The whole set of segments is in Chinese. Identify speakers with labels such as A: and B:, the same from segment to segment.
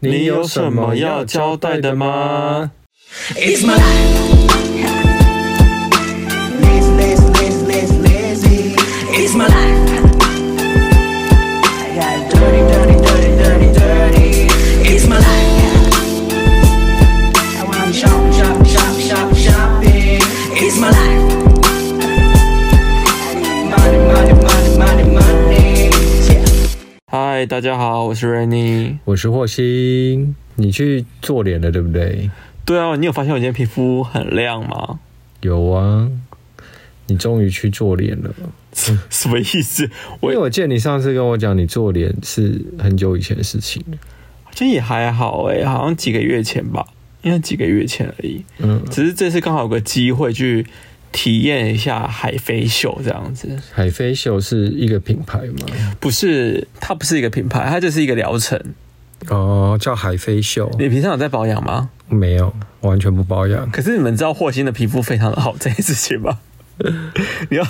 A: 你有什么要交代的吗？
B: It's my life. Lazy, lazy, lazy, lazy, lazy. It's my life. I got dirty, dirty, dirty, dirty, dirty. It's my life. I wanna shop, shop, shop, shop, shopping. It's my life. I need Money, money, money, money, money. Yeah.
A: 嗨，大家好，我是 Rainy。
C: 我是霍星，你去做脸了对不对？
A: 对啊，你有发现我今天皮肤很亮吗？
C: 有啊，你终于去做脸了。
A: 什么意思？
C: 因
A: 我
C: 为
A: 好
C: 我记得你上次跟我讲，你做脸是很久以前的事情了。
A: 像也还好诶、好像几个月前吧，应该几个月前而已。
C: 嗯，
A: 只是这次刚好有个机会去体验一下海飞秀这样子。
C: 海飞秀是一个品牌吗？
A: 不是，它不是一个品牌，它就是一个疗程。
C: 哦，叫海飞秀，
A: 你平常有在保养吗？
C: 没有，完全不保养。
A: 可是你们知道霍星的皮肤非常的好这件事情吗？ 你要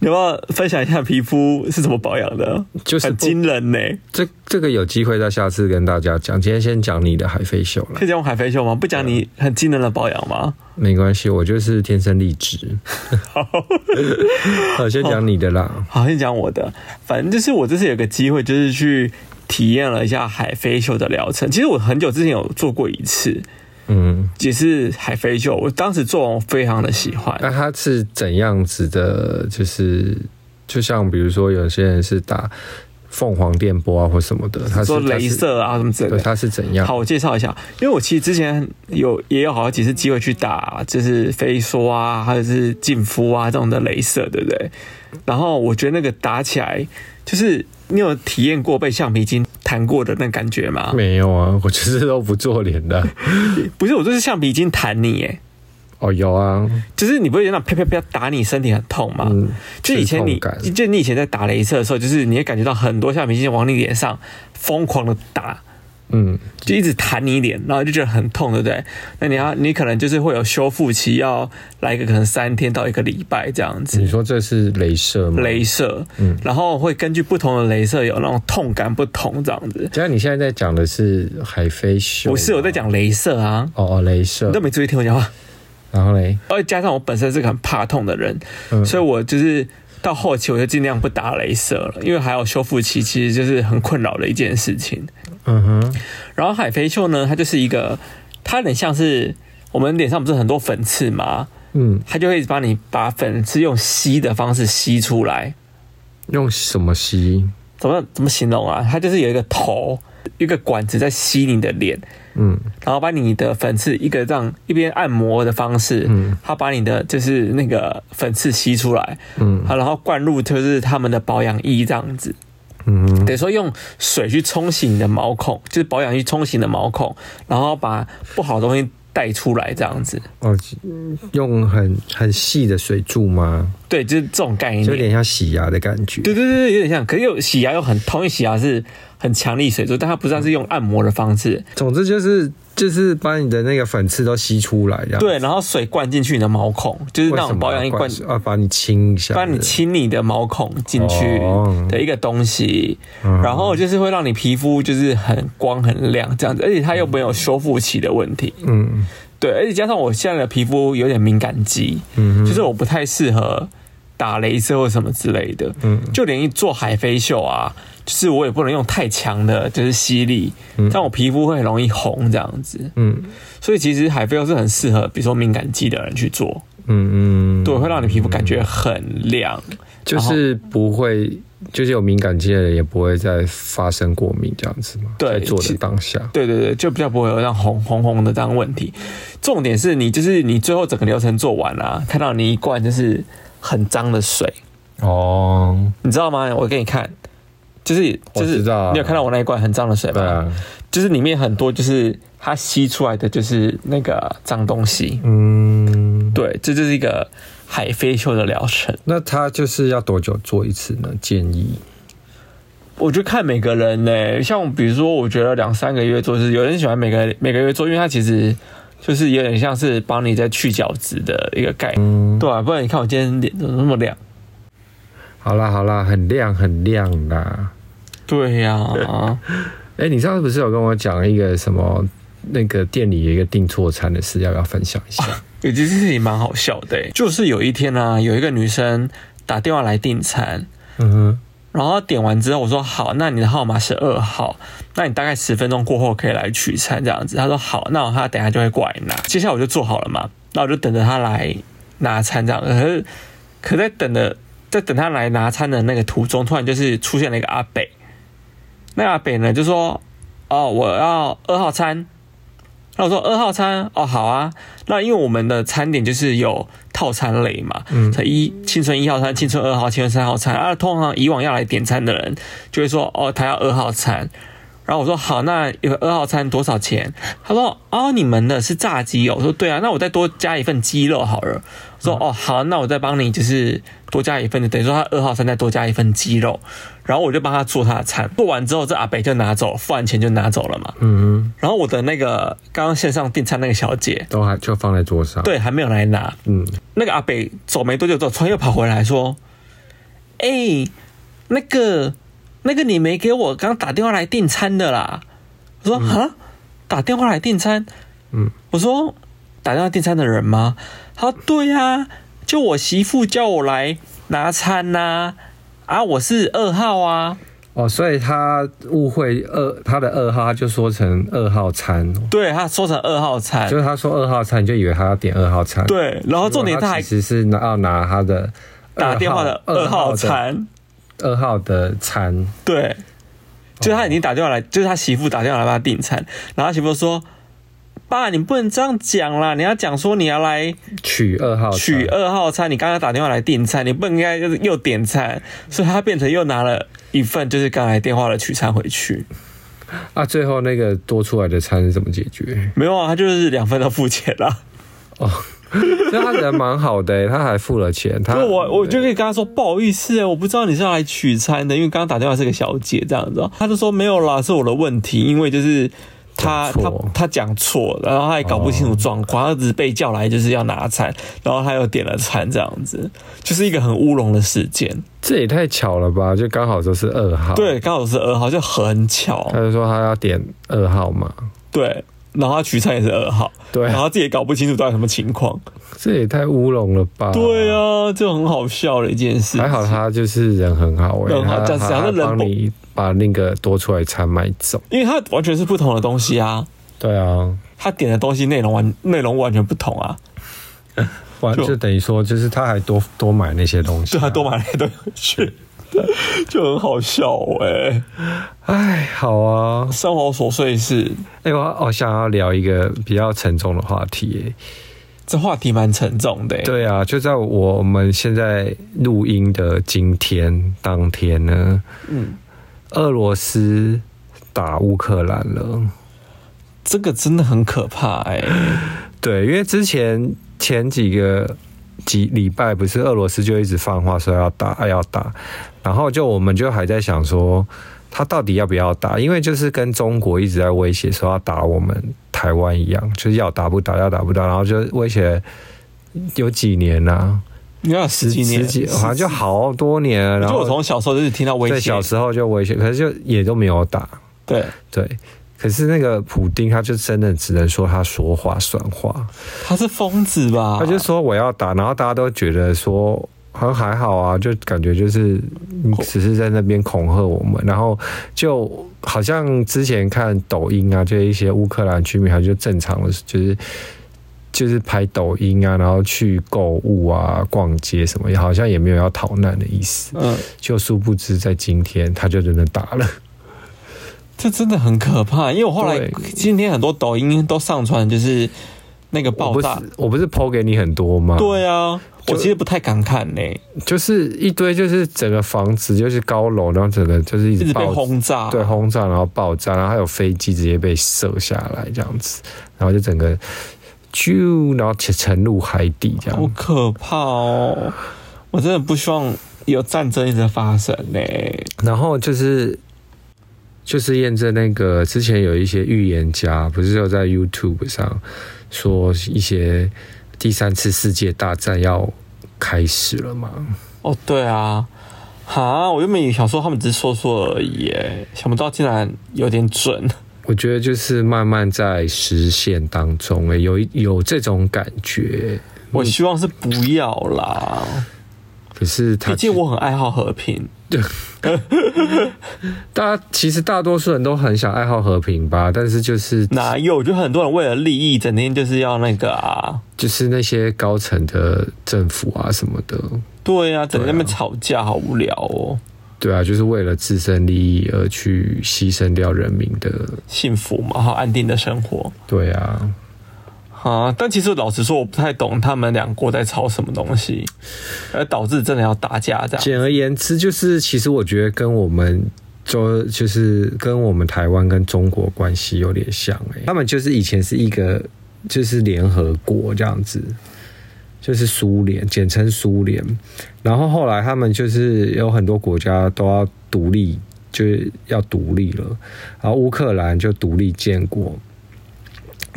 A: 你要不要分享一下皮肤是怎么保养的？
C: 就是
A: 很
C: 不
A: 惊人呢、
C: 这这个有机会再下次跟大家讲，今天先讲你的海飞秀了
A: 可，以讲我海飞秀吗？不讲你很惊人的保养吗？
C: 没关系，我就是天生丽质。好，先讲你的啦。
A: 好，先讲我的。反正就是我这次有个机会，就是去体验了一下海飞秀的疗程。其实我很久之前有做过一次，
C: 嗯，
A: 也是海飞秀。我当时做完，我非常的喜欢。
C: 那它是怎样子的？就是就像比如说，有些人是打凤凰电波啊，或什么的，它是
A: 说镭，射啊什么之
C: 它
A: 类
C: 是对，
A: 的，
C: 它是怎样？
A: 好，我介绍一下，因为我其实之前有也有好几次机会去打，就是飞梭啊，或者是净肤啊这种的镭射，对不对？然后我觉得那个打起来，就是你有体验过被橡皮筋弹过的那感觉吗？
C: 没有啊，我就是都不做脸的。
A: 不是，我就是橡皮筋弹你，哎，
C: 哦，有啊，
A: 就是你不会有那种啪啪啪打你身体很痛吗？
C: 嗯，
A: 就以前你
C: 刺痛感，
A: 就你以前在打镭射的时候，就是你会感觉到很多橡皮筋往你脸上疯狂的打，
C: 嗯，
A: 就一直弹你脸，然后就觉得很痛，对不对？那你要你可能就是会有修复期，要来个可能三天到一个礼拜这样
C: 你
A: 子。
C: 说这是镭射吗？
A: 镭射，然后会根据不同的镭射有那种痛感不同这样子。
C: 这样你现在在讲的是海飞秀吗，
A: 不是我在讲镭射啊，
C: 哦哦，镭射
A: 你都，没注意听我讲话。
C: 然后嘞，
A: 而且加上我本身是个很怕痛的人，
C: 嗯
A: 所以我就是到后期我就尽量不打镭射了，因为还有修复期，其实就是很困扰的一件事情。
C: 嗯哼，
A: 然后海飞秀呢，它就是一个，它有点像是我们脸上不是很多粉刺吗？
C: 嗯，
A: 它就会帮你把粉刺用吸的方式吸出来。
C: 用什么吸？
A: 怎么怎么形容啊？它就是有一个头，一个管子在吸你的脸，
C: 嗯，
A: 然后把你的粉刺一个这样一边按摩的方式，嗯，它把你的就是那个粉刺吸出来，
C: 嗯
A: 好，然后灌入就是他们的保养液这样子，
C: 嗯
A: 等于说用水去冲洗你的毛孔，就是保养液冲洗你的毛孔，然后把不好的东西带出来这样子，
C: 哦，用很很细的水柱吗？
A: 对，就是这种概
C: 就有
A: 念。
C: 点像洗牙的感觉。
A: 对对对，对有点像，可是又洗牙又很痛，因为洗牙是很强力水柱，但它不像是用按摩的方式，
C: 总之就是就是把你的那个粉刺都吸出来，这样。
A: 对，，然后水灌进去你的毛孔，就是
C: 为
A: 那
C: 什
A: 种
C: 么
A: 保养液灌，
C: 啊，把你清一下，
A: 帮你清理的毛孔进去
C: 哦
A: 的一个东西，
C: 嗯
A: 然后就是会让你皮肤就是很光很亮这样子，而且它又没有修复期的问题，
C: 嗯，
A: 对，而且加上我现在的皮肤有点敏感肌，
C: 嗯
A: 就是我不太适合打镭射或什么之类的，
C: 嗯
A: 就连一做海飞秀啊，就是我也不能用太强的，就是吸力，让我皮肤会很容易红这样子，
C: 嗯
A: 所以其实海飞秀是很适合，比如说敏感肌的人去做。
C: 嗯嗯，
A: 对，会让你皮肤感觉很亮。
C: 就是不会，就是有敏感肌的人也不会再发生过敏这样子嘛。
A: 对
C: 在做
A: 其
C: 的当下，
A: 对对对，就比较不会有那种红红红的这样的问题。重点是你就是你最后整个流程做完啦、看到你一罐就是很脏的水，
C: 哦，
A: 你知道吗？我给你看，就是
C: 我
A: 就是，
C: 知道啊
A: 你有看到我那一罐很脏的水吗？
C: 对啊，
A: 就是里面很多就是它吸出来的就是那个脏东西。
C: 嗯，
A: 对，这就是一个海飞秀的疗程。
C: 那他就是要多久做一次呢？建议
A: 我就看每个人呢、像比如说，我觉得两三个月做，就是有人喜欢每个每个月做，因为它其实就是有点像是帮你在去角质的一个概念，
C: 嗯
A: 对啊？不然你看我今天脸怎么那么亮？
C: 好啦好啦，很亮很亮啦。
A: 对呀、
C: 哎，你上次不是有跟我讲一个什么那个店里有一个订错餐的事，要不要分享一下？
A: 有件事情蛮好笑的、欸就是有一天呢、啊，有一个女生打电话来订餐，
C: 嗯哼，
A: 然后点完之后，我说好，那你的号码是二号，那你大概十分钟过后可以来取餐这样子。他说好，那他等一下就会过来拿。接下来我就做好了嘛，那我就等着他来拿餐这样。可是，可在等的在等他来拿餐的那个途中，突然就是出现了一个阿北，那个阿北呢就说：“哦，我要二号餐。”那我说二号餐哦，好啊。那因为我们的餐点就是有套餐类嘛，嗯，一青春一号餐、青春二号、青春三号餐啊。通常以往要来点餐的人就会说哦，他要二号餐。然后我说好，那有二号餐多少钱？他说哦，你们的是炸鸡哦。我说对啊，那我再多加一份鸡肉好了。我说哦好，那我再帮你就是多加一份，就等于说他二号餐再多加一份鸡肉。然后我就帮他做他的餐，做完之后这阿北就拿走，付完钱就拿走了嘛。
C: 嗯
A: 然后我的那个刚刚线上订餐那个小姐
C: 哼，，都还就放在桌上。，
A: 对，还没有来拿。
C: 嗯，
A: 那个阿北走没多久之后，突然又跑回来说：“哎、那个那个你没给我刚打电话来订餐的啦。”我说：“啊、打电话来订餐？”
C: 嗯，
A: 我说：“打电话订餐的人吗？”他说：“对呀、就我媳妇叫我来拿餐呐、啊，我是二号啊。”
C: 哦，所以他误会二他的二号，他就说成二号餐，
A: 对他说成二号餐
C: 就，是他说二号餐，你就以为他要点二号餐。，
A: 对，然后重点他还
C: 其实是拿要拿他的
A: 打电话的二号餐。
C: 二号的餐，
A: 对，就是他已经打电话来，就是他媳妇打电话来帮他订餐，然后他媳妇说：“爸，你不能这样讲啦，你要讲说你要来
C: 取二号餐
A: 取二号餐，你刚刚打电话来订餐，你不应该就是又点餐，所以他变成又拿了一份就是刚才电话的取餐回去。
C: 啊，最后那个多出来的餐是怎么解决？
A: 没有啊，他就是两份都付钱啦。
C: 哦，所以他人蛮好的、欸他还付了钱。他
A: 就我我就可以跟他说不好意思、欸，我不知道你是要来取餐的，因为刚刚打电话是个小姐这样子哦，他就说没有啦，是我的问题，因为就是他
C: 讲错哦
A: 他他讲错，然后他也搞不清楚状况，他只是被叫来就是要拿餐，然后他又点了餐这样子，就是一个很乌龙的事件。
C: 这也太巧了吧？就刚好都是二号。
A: 对，，刚好是二号，就很巧
C: 他，就说他要点二号嘛，
A: 对。然后他取餐也是二号，
C: 对
A: 然后自己也搞不清楚到底什么情况，
C: 这也太乌龙了吧？
A: 对，啊，
C: 哦
A: 就很好笑的一件事。
C: 还好他就是人很好哎、
A: 人好
C: 他
A: 但是他
C: 他
A: 人
C: 帮
A: 不
C: 你把那个多出来的餐买走。
A: 因为他完全是不同的东西啊，
C: 对啊，
A: 他点的东西内容完内容完全不同啊，
C: 完
A: 就
C: 就等于说就是他还多多买那些东西、
A: 就
C: 啊
A: 他啊多。买了一堆回去， 就很好笑哎、
C: 哎，好啊，
A: 生活琐碎事，
C: 哎、我我想要聊一个比较沉重的话题、哎
A: 这话题蛮沉重的、欸。，
C: 对啊，就在我们现在录音的今天当天呢，
A: 嗯，
C: 俄罗斯打乌克兰了。
A: 这个真的很可怕哎、
C: 对，因为之前前几个几礼拜不是俄罗斯就一直放话说要打要打，然后就我们就还在想说他到底要不要打，因为就是跟中国一直在威胁说要打我们台湾一样，就是要打不打要打不打，然后就威胁有几年呐、
A: 你看十几年，
C: 十几好像就好多年了，然
A: 就
C: 后
A: 我从小时候就是听到威
C: 对，
A: 胁
C: 小，时候就威胁，可是就也都没有打。
A: 对，
C: 对，可是那个普丁他就真的只能说他说话算话，
A: 他是疯子吧？
C: 他就说我要打，然后大家都觉得说。好像还好啊，就感觉就是你只是在那边恐吓我们，然后就好像之前看抖音啊，就一些乌克兰居民，他就正常的，就是就是拍抖音啊，然后去购物啊、逛街什么，好像也没有要逃难的意思。
A: 嗯，
C: 就殊不知在今天他就真的打了。
A: 这真的很可怕，因为我后来
C: 对
A: 今天很多抖音都上传就是那个
C: 我
A: 爆
C: 不是
A: 炸，
C: 我不是抛给你很多吗？
A: 对啊，
C: 就
A: 我其实不太敢看欸呢、
C: 就是一堆就是整个房子就是高楼，然后整个就是一
A: 一
C: 直
A: 直被
C: 爆
A: 轰炸，
C: 对，轰炸，然后爆炸，然后还有飞机直接被射下来这样子，然后就整个啾，然后沉入海底这
A: 好
C: 样。
A: 可怕哦！我真的不希望有战争一直发生欸呢、
C: 然后就是就是验证那个之前有一些预言家，不是就在 YouTube 上说一些第三次世界大战要开始了吗？
A: 哦，对啊，哈，我原本也想说他们只是说说而已，哎，想不到竟然有点准。
C: 我觉得就是慢慢在实现当中、欸，有一有这种感觉。
A: 我希望是不要啦，
C: 可是他
A: 毕竟我很爱好和平。
C: 大家其实大多数人都很想爱好和平吧，但是就是
A: 哪有？就很多人为了利益，整天就是要那个啊，
C: 就是那些高层的政府啊什么的，
A: 对啊，整天在那边吵架，好无聊哦。
C: 对啊，就是为了自身利益而去牺牲掉人民的，
A: 幸福嘛，好安定的生活
C: 对啊。
A: 啊。但其实老实说，我不太懂他们两国在吵什么东西，而导致真的要打架这样。
C: 简而言之，就是其实我觉得跟我们周就是跟我们台湾跟中国关系有点像哎、他们就是以前是一个就是联合国这样子，就是苏联，简称苏联。然后后来他们就是有很多国家都要独立，就是要独立了，然后乌克兰就独立建国。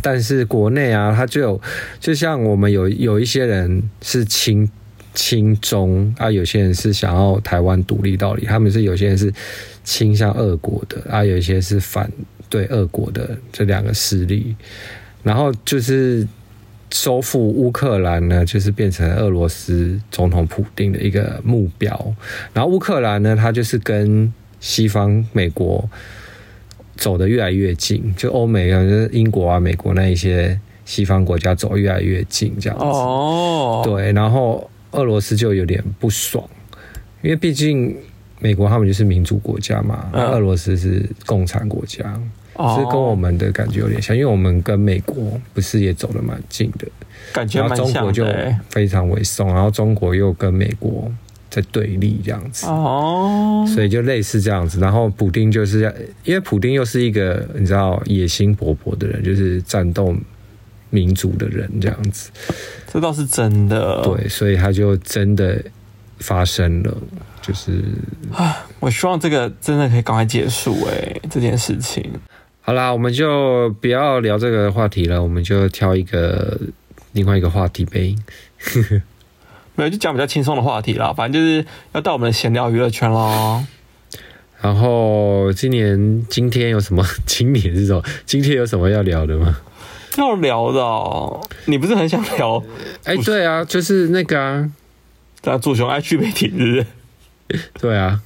C: 但是国内啊，它就有，就像我们有有一些人是亲亲中啊，有些人是想要台湾独立道理，他们是有些人是倾向俄国的啊，有一些是反对俄国的这两个势力，然后就是收复乌克兰呢，就是变成俄罗斯总统普丁的一个目标，然后乌克兰呢，它就是跟西方美国走得越来越近，就欧美啊，就是英国啊、美国那一些西方国家走越来越近这样子。
A: 哦，
C: 对，然后俄罗斯就有点不爽，因为毕竟美国他们就是民主国家嘛，
A: 嗯
C: 俄罗斯是共产国家，
A: 哦
C: 是跟我们的感觉有点像，因为我们跟美国不是也走得蛮近的，
A: 感觉
C: 然后
A: 蛮
C: 中国
A: 像
C: 就
A: 的、欸。
C: 非常为松，然后中国又跟美国在对立这样子。
A: 哦，
C: 所以就类似这样子，然后普丁就是要因为普丁又是一个你知道野心勃勃的人，就是战斗民族的人这样子，
A: 这倒是真的。，
C: 对，所以他就真的发生了，就是
A: 我希望这个真的可以赶快结束哎、这件事情。
C: 好啦，我们就不要聊这个话题了，我们就挑一个另外一个话题呗。
A: 没有，就讲比较轻松的话题啦，反正就是要到我们的闲聊娱乐圈喽。
C: 然后今年今天有什么？ 今年是什么？今天有什么要聊的吗？
A: 要聊的、哦，你不是很想聊
C: 哎、对啊，就是那个啊，
A: 那祝雄爱去被停日？
C: 对啊，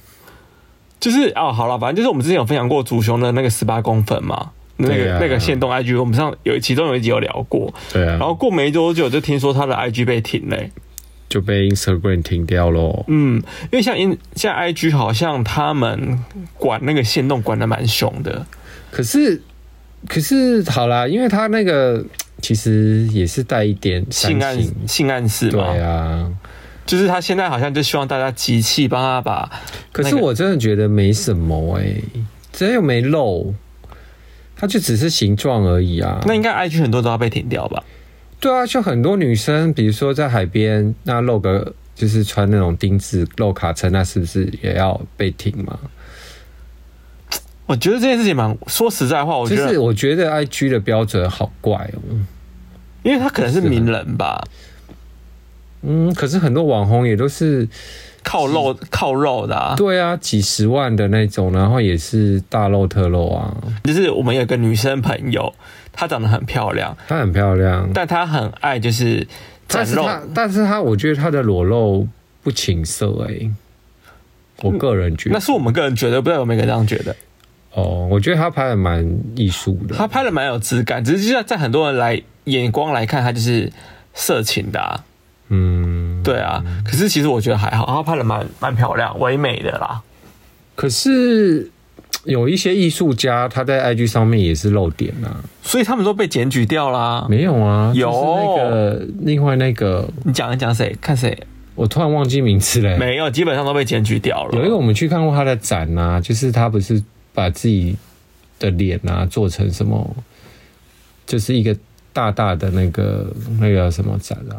A: 就是哦，好了，反正就是我们之前有分享过祖雄的那个十八公分嘛，那
C: 对
A: 个、
C: 啊
A: 那个限动 IG，我们上有其中有一集有聊过，
C: 对啊，
A: 然后过没多久就听说他的 IG 被停欸嘞、
C: 就被 Instagram 停掉喽。
A: 嗯，因为像因现在 IG 好像他们管那个限动管的蛮凶的，
C: 可是，可是好啦，因为他那个其实也是带一点煽
A: 性暗
C: 情
A: 性暗示
C: 对
A: 嘛，
C: 啊。
A: 就是他现在好像就希望大家集气帮他把
C: 可是
A: 那个
C: 我真的觉得没什么哎、这又没漏，它就只是形状而已啊。
A: 那应该 IG 很多都要被停掉吧？
C: 对啊，就很多女生，比如说在海边，那露个就是穿那种丁字露卡车，那是不是也要被停嘛？
A: 我觉得这件事情蛮说实在话，我觉
C: 就
A: 得
C: 是我觉得 I G 的标准好怪哦、
A: 因为他可能是名人吧，
C: 嗯，可是很多网红也都是
A: 靠肉靠肉的、啊。
C: 对啊，几十万的那种，然后也是大露特露啊，
A: 就是我们有个女生朋友，她长得很漂亮，
C: 她很漂亮，
A: 但她很爱就是展
C: 但是
A: 露。
C: 她，但是她，我觉得她的裸露不情色哎、我个人觉得
A: 嗯那是我们个人觉得，不知道有没有人这样觉得。
C: 哦，我觉得她拍的蛮艺术的，
A: 她拍的蛮有质感，只是就在很多人来眼光来看，她就是色情的、啊，
C: 嗯，
A: 对啊。可是其实我觉得还好，她拍的蛮蛮漂亮、唯美的啦。
C: 可是有一些艺术家，他在 IG 上面也是露点啊，
A: 所以他们都被检举掉啦。
C: 没有啊，
A: 有
C: 就是那个另外那个，
A: 你讲一讲谁看谁
C: 我突然忘记名字嘞，
A: 没有，基本上都被检举掉了。
C: 有一个我们去看过他的展呐、就是他不是把自己的脸啊做成什么，就是一个大大的那个那个什么展啊，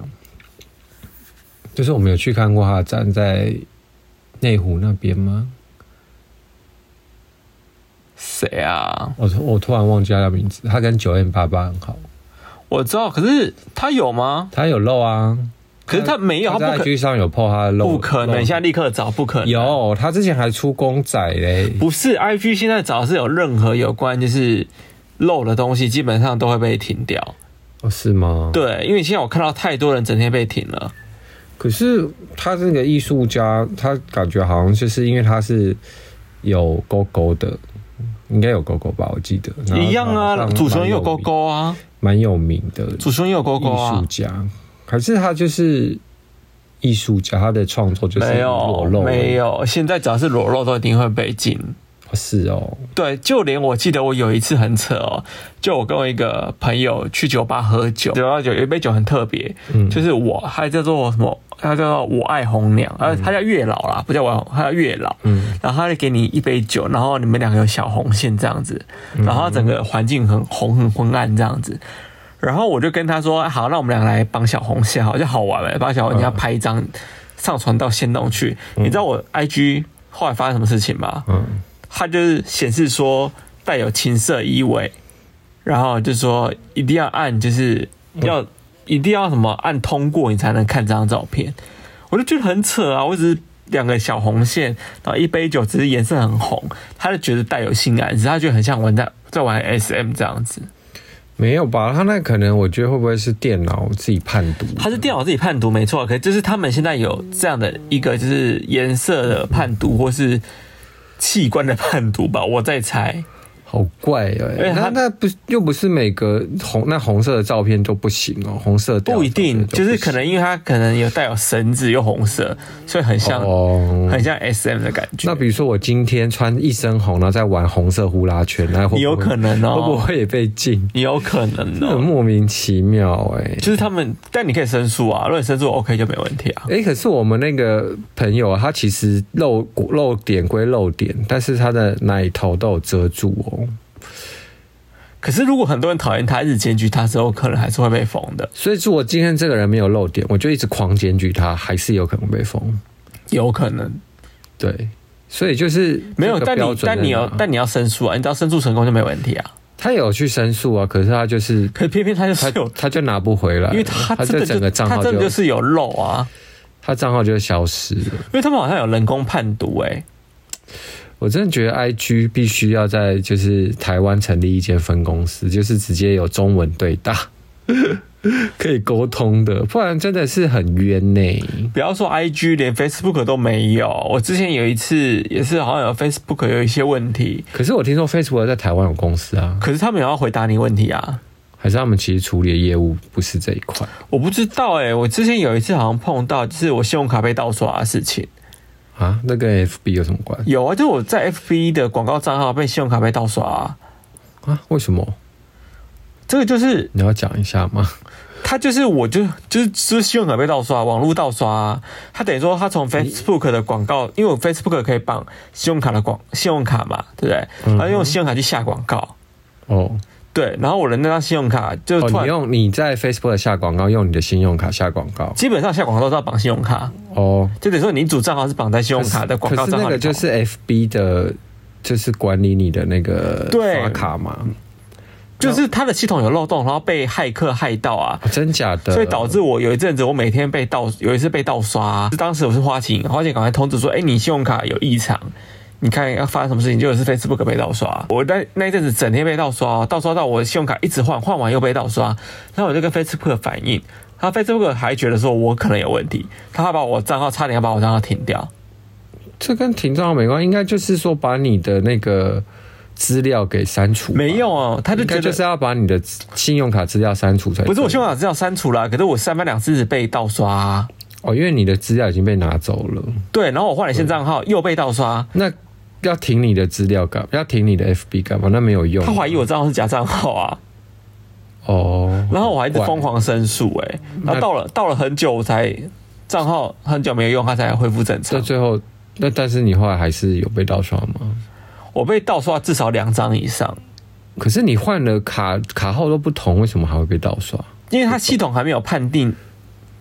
C: 就是我们有去看过他的展，在内湖那边吗？
A: 谁啊？
C: 我突我突然忘记他的名字，他跟九 M 八八很好，
A: 我知道，可是他有吗？
C: 他有露啊，
A: 可是他没有，他
C: 在
A: 不可
C: IG 上有 po 他的露，
A: 不可能，
C: 露
A: 现在立刻找，不可能。
C: 有他之前还出公仔嘞，
A: 不是 IG 现在找是有任何有关就是漏的东西，基本上都会被停掉。
C: 哦是吗？，
A: 对，因为现在我看到太多人整天被停了。
C: 可是他这个艺术家，他感觉好像就是因为他是有勾勾的，应该有勾勾吧？我记得然后
A: 一样啊
C: 他，
A: 主持人也有勾勾啊，
C: 蛮有名的艺
A: 主持人也有勾勾啊
C: 术，家，可是他就是艺术家，他的创作就是
A: 没
C: 裸
A: 有
C: 露，
A: 没，有，现在只要是裸露都一定会被禁。
C: 是哦，
A: 对，就连我记得我有一次很扯哦，就我跟我一个朋友去酒吧喝酒，酒吧酒有一杯酒很特别，就是我，它叫做什么？它叫做我爱红娘，呃，它叫月老啦，不叫我爱红，它叫月老。嗯，然后他就给你一杯酒，然后你们两个有小红线这样子，然后整个环境很红很昏暗这样子。然后我就跟他说：“好，那我们俩来绑小红线，好，就好玩呗，绑小红线要拍一张，上传到线动去。你知道我 IG 后来发生什么事情吗？
C: 嗯，
A: 它就是显示说带有情色意味，然后就说一定要按就是要、一定要什么按通过你才能看这张照片，我就觉得很扯啊！我只是两个小红线，然后一杯酒，只是颜色很红，他就觉得带有性暗示，他觉得很像玩在在玩 SM 这样子。
C: 没有吧？他那可能我觉得会不会是电脑自己判读？
A: 他是电脑自己判读没错，可是就是他们现在有这样的一个就是颜色的判读或是器官的判读吧，我在猜。
C: 好怪哦、
A: 为
C: 那
A: 他
C: 那不又不是每个红那红色的照片都不行哦、红色的照片
A: 不一定，
C: 都
A: 就是
C: 行
A: 可能因为它可能有带有绳子又红色，所以很像、
C: 哦
A: 很像 S M 的感觉。
C: 那比如说我今天穿一身红，然后再玩红色呼啦圈，那会不会
A: 你有可能哦
C: 会不会也被禁？
A: 你有可能
C: 很
A: 哦、
C: 莫名其妙哎、
A: 就是他们，但你可以申诉啊，如果你申诉 OK 就没问题啊。
C: 哎、可是我们那个朋友啊，他其实露露点归露点，但是他的奶头都有遮住哦，
A: 可是如果很多人讨厌他，一直检举他之后，可能还是会被封的，
C: 所以如果今天这个人没有露点，我就一直狂检举他，还是有可能被封。
A: 有可能
C: 对，所以就是
A: 没有。
C: 这个
A: 但
C: 标
A: 你
C: 准在
A: 但你有
C: 哪
A: 但你要申诉啊，你只要申诉成功就没问题啊。
C: 他有去申诉啊，可是他就是
A: 可是偏偏他就是
C: 他
A: 有，
C: 他就拿不回来了，
A: 因为他真
C: 这
A: 的
C: 整个
A: 就
C: 账
A: 他
C: 号
A: 真
C: 就
A: 的就是有漏啊，
C: 他账号就消失了。
A: 因为他们好像有人工判读哎、
C: 我真的觉得 I G 必须要在就是台湾成立一间分公司，就是直接有中文对打， 可以沟通的，不然真的是很冤呢、
A: 不要说 IG，连 Facebook 都没有。我之前有一次也是好像有 Facebook 有一些问题，
C: 可是我听说 Facebook 在台湾有公司啊，
A: 可是他们也要回答你问题啊。
C: 还是他们其实处理的业务不是这一块
A: 我不知道哎、我之前有一次好像碰到，就是我信用卡被盗刷的事情。
C: 啊？那跟 F B 有什么关
A: 有啊，就我在 FB 的广告账号被信用卡被盗刷、啊，
C: 啊？为什么？
A: 这个就是
C: 你要讲一下吗？
A: 他就是我就就是就是信用卡被盗刷，网络盗刷、啊，他等于说他从 Facebook 的广告，因为我 Facebook 可以绑信用卡的广信用卡嘛，对不对？然后用信用卡去下广告，
C: 哦
A: 对，然后我的那张信用卡就
C: 哦，
A: 突
C: 你
A: 然
C: 用你在 Facebook 下广告，用你的信用卡下广告
A: 基本上下广告都要绑信用卡，
C: 哦。
A: 就等于说你主账号是绑在信用卡的广告
C: 可是
A: 账
C: 那
A: 号里
C: 个
A: 头
C: 就是 FB 的，就是管理你的那个
A: 对
C: 刷卡嘛，
A: 就是它的系统有漏洞，然后被骇客害到啊。
C: 哦真假的？
A: 所以导致我有一阵子，我每天被盗，有一次被盗刷、当时我是花钱，花钱赶快通知说，哎、你信用卡有异常，你看要发生什么事情。结果是 Facebook 被盗刷，我那那一阵子整天被盗刷，盗刷到我信用卡一直换，换完又被盗刷，然后我就跟 Facebook 反映，然后 Facebook 还觉得说我可能有问题，他还把我账号差点要把我账号停掉。
C: 这跟停账号没关系，应该就是说把你的那个资料给删除吧。
A: 没有哦，他就
C: 应
A: 觉
C: 该
A: 得
C: 就是要把你的信用卡资料删除才对
A: 不是我信用卡资料删除了，可是我三番两次被盗刷、啊，
C: 哦，因为你的资料已经被拿走了，
A: 对，然后我换了新账号又被盗刷，
C: 那要停你的资料干，要停你的 FB 干嘛？那没有用。
A: 他怀疑我账号是假账号啊，
C: 哦，
A: 然后我还一直疯狂申诉哎、然后到了到了很久我才账号很久没有用，它才恢复正
C: 那
A: 常。
C: 最后，那但是你后来还是有被盗刷吗？
A: 我被盗刷至少两张以上，
C: 可是你换了卡卡号都不同，为什么还会被盗刷？
A: 因为它系统还没有判定，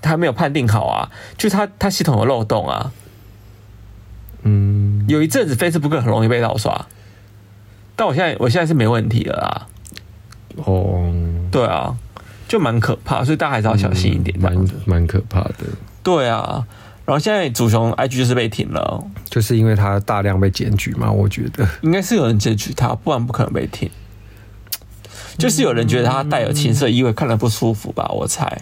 A: 还没有判定好啊，就是它它系统有漏洞啊。嗯，有一阵子 Facebook 很容易被盗刷，但我现在我现在是没问题了啊。
C: 哦，
A: 对啊，就蛮可怕，所以大家还是要小心一点。这样
C: 蛮
A: 子
C: 蛮可怕的，
A: 对啊，然后现在祖雄 IG 就是被停了，
C: 就是因为他大量被检举嘛，我觉得。
A: 应该是有人检举他，不然不可能被停。就是有人觉得他带有情色意味，看了不舒服吧？我猜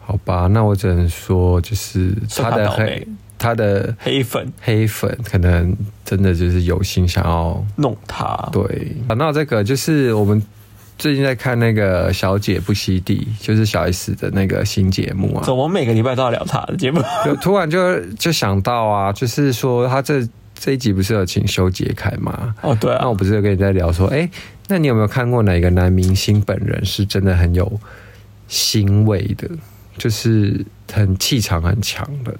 C: 好吧，那我只能说，就是
A: 算他
C: 他的
A: 倒
C: 黑
A: 霉，
C: 他的
A: 黑粉
C: 黑粉可能真的就是有心想要
A: 弄他。
C: 对。
A: 哦
C: 讲到这个，就是我们最近在看那个《小姐不吸地》，就是小 S 的那个新节目啊
A: 怎，么每个礼拜都要聊他的节目？
C: 就突然就就想到啊，就是说他这这一集不是有请修杰楷吗？
A: 哦，对
C: 那
A: 啊
C: 我，不是有跟你在聊说，哎、那你有没有看过哪个男明星本人是真的很有欣慰的，就是很气场很强的？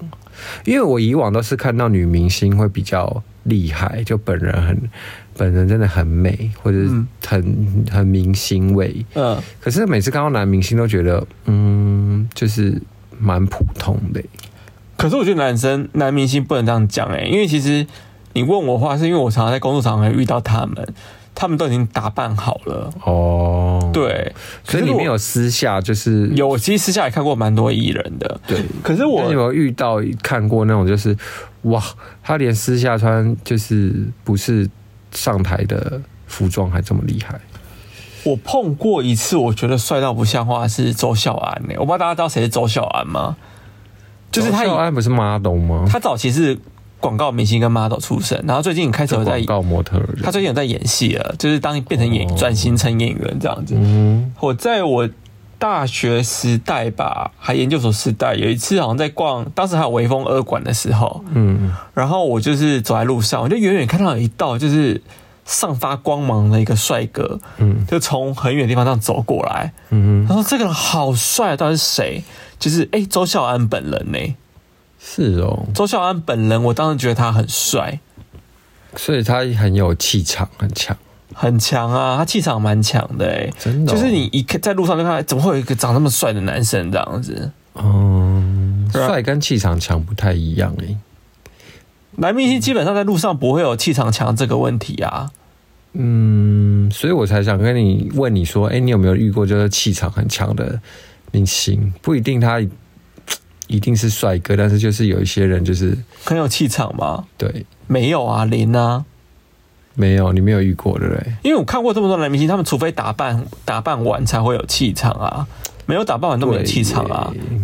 C: 因为我以往都是看到女明星会比较厉害，就本人很本人真的很美，或者是
A: 嗯
C: 很、很明星味。
A: 嗯，
C: 可是每次看到男明星都觉得，嗯，就是蛮普通的、
A: 可是我觉得男生男明星不能这样讲哎、因为其实你问我话，是因为我常常在工作场合遇到他们，他们都已经打扮好了。
C: 哦。，
A: 对，
C: 可是你
A: 我
C: 没有私下就是
A: 有，我其实私下也看过蛮多艺人的。
C: 对。
A: 可是
C: 那你有没
A: 我
C: 有遇到看过那种就是，哇，他连私下穿就是不是上台的服装还这么厉害？
A: 我碰过一次，我觉得帅到不像话是周孝安呢、我不知道大家知道谁是周孝安吗？就是他以
C: 赵哦小安不是 model 吗？
A: 他早期是广告明星跟 model 出身，然后最近开始有在
C: 广告模特儿，
A: 他最近有在演戏了，就是当变成演
C: 哦
A: 转型成演员这样子。
C: 嗯
A: 我在我大学时代吧，还研究所时代，有一次好像在逛，当时还有微风二馆的时候，
C: 嗯，
A: 然后我就是走在路上，我就远远看到有一道就是散发光芒的一个帅哥，
C: 嗯
A: 就从很远的地方这样走过来，
C: 嗯，
A: 他说这个人好帅，到底是谁？就是哎、诶周孝安本人呢、
C: 是哦，
A: 周孝安本人，我当时觉得他很帅，
C: 所以他很有气场，很强，
A: 很强啊，他气场蛮强的哎、
C: 真的哦、
A: 就是你一看在路上就看到，怎么会有一个长那么帅的男生这样子？
C: 嗯，
A: 对啊
C: 帅跟气场强不太一样欸诶、
A: 男明星基本上在路上不会有气场强这个问题啊。
C: 嗯，所以我才想跟你问你说，哎、你有没有遇过就是气场很强的明星？不一定他一定是帅哥，但是就是有一些人就是
A: 很有气场吗？
C: 对，
A: 没有啊，零啊。
C: 没有你没有遇过对不对？
A: 因为我看过这么多男明星，他们除非打扮打扮完才会有气场啊，没有打扮完都没有气场啊
C: 对。耶，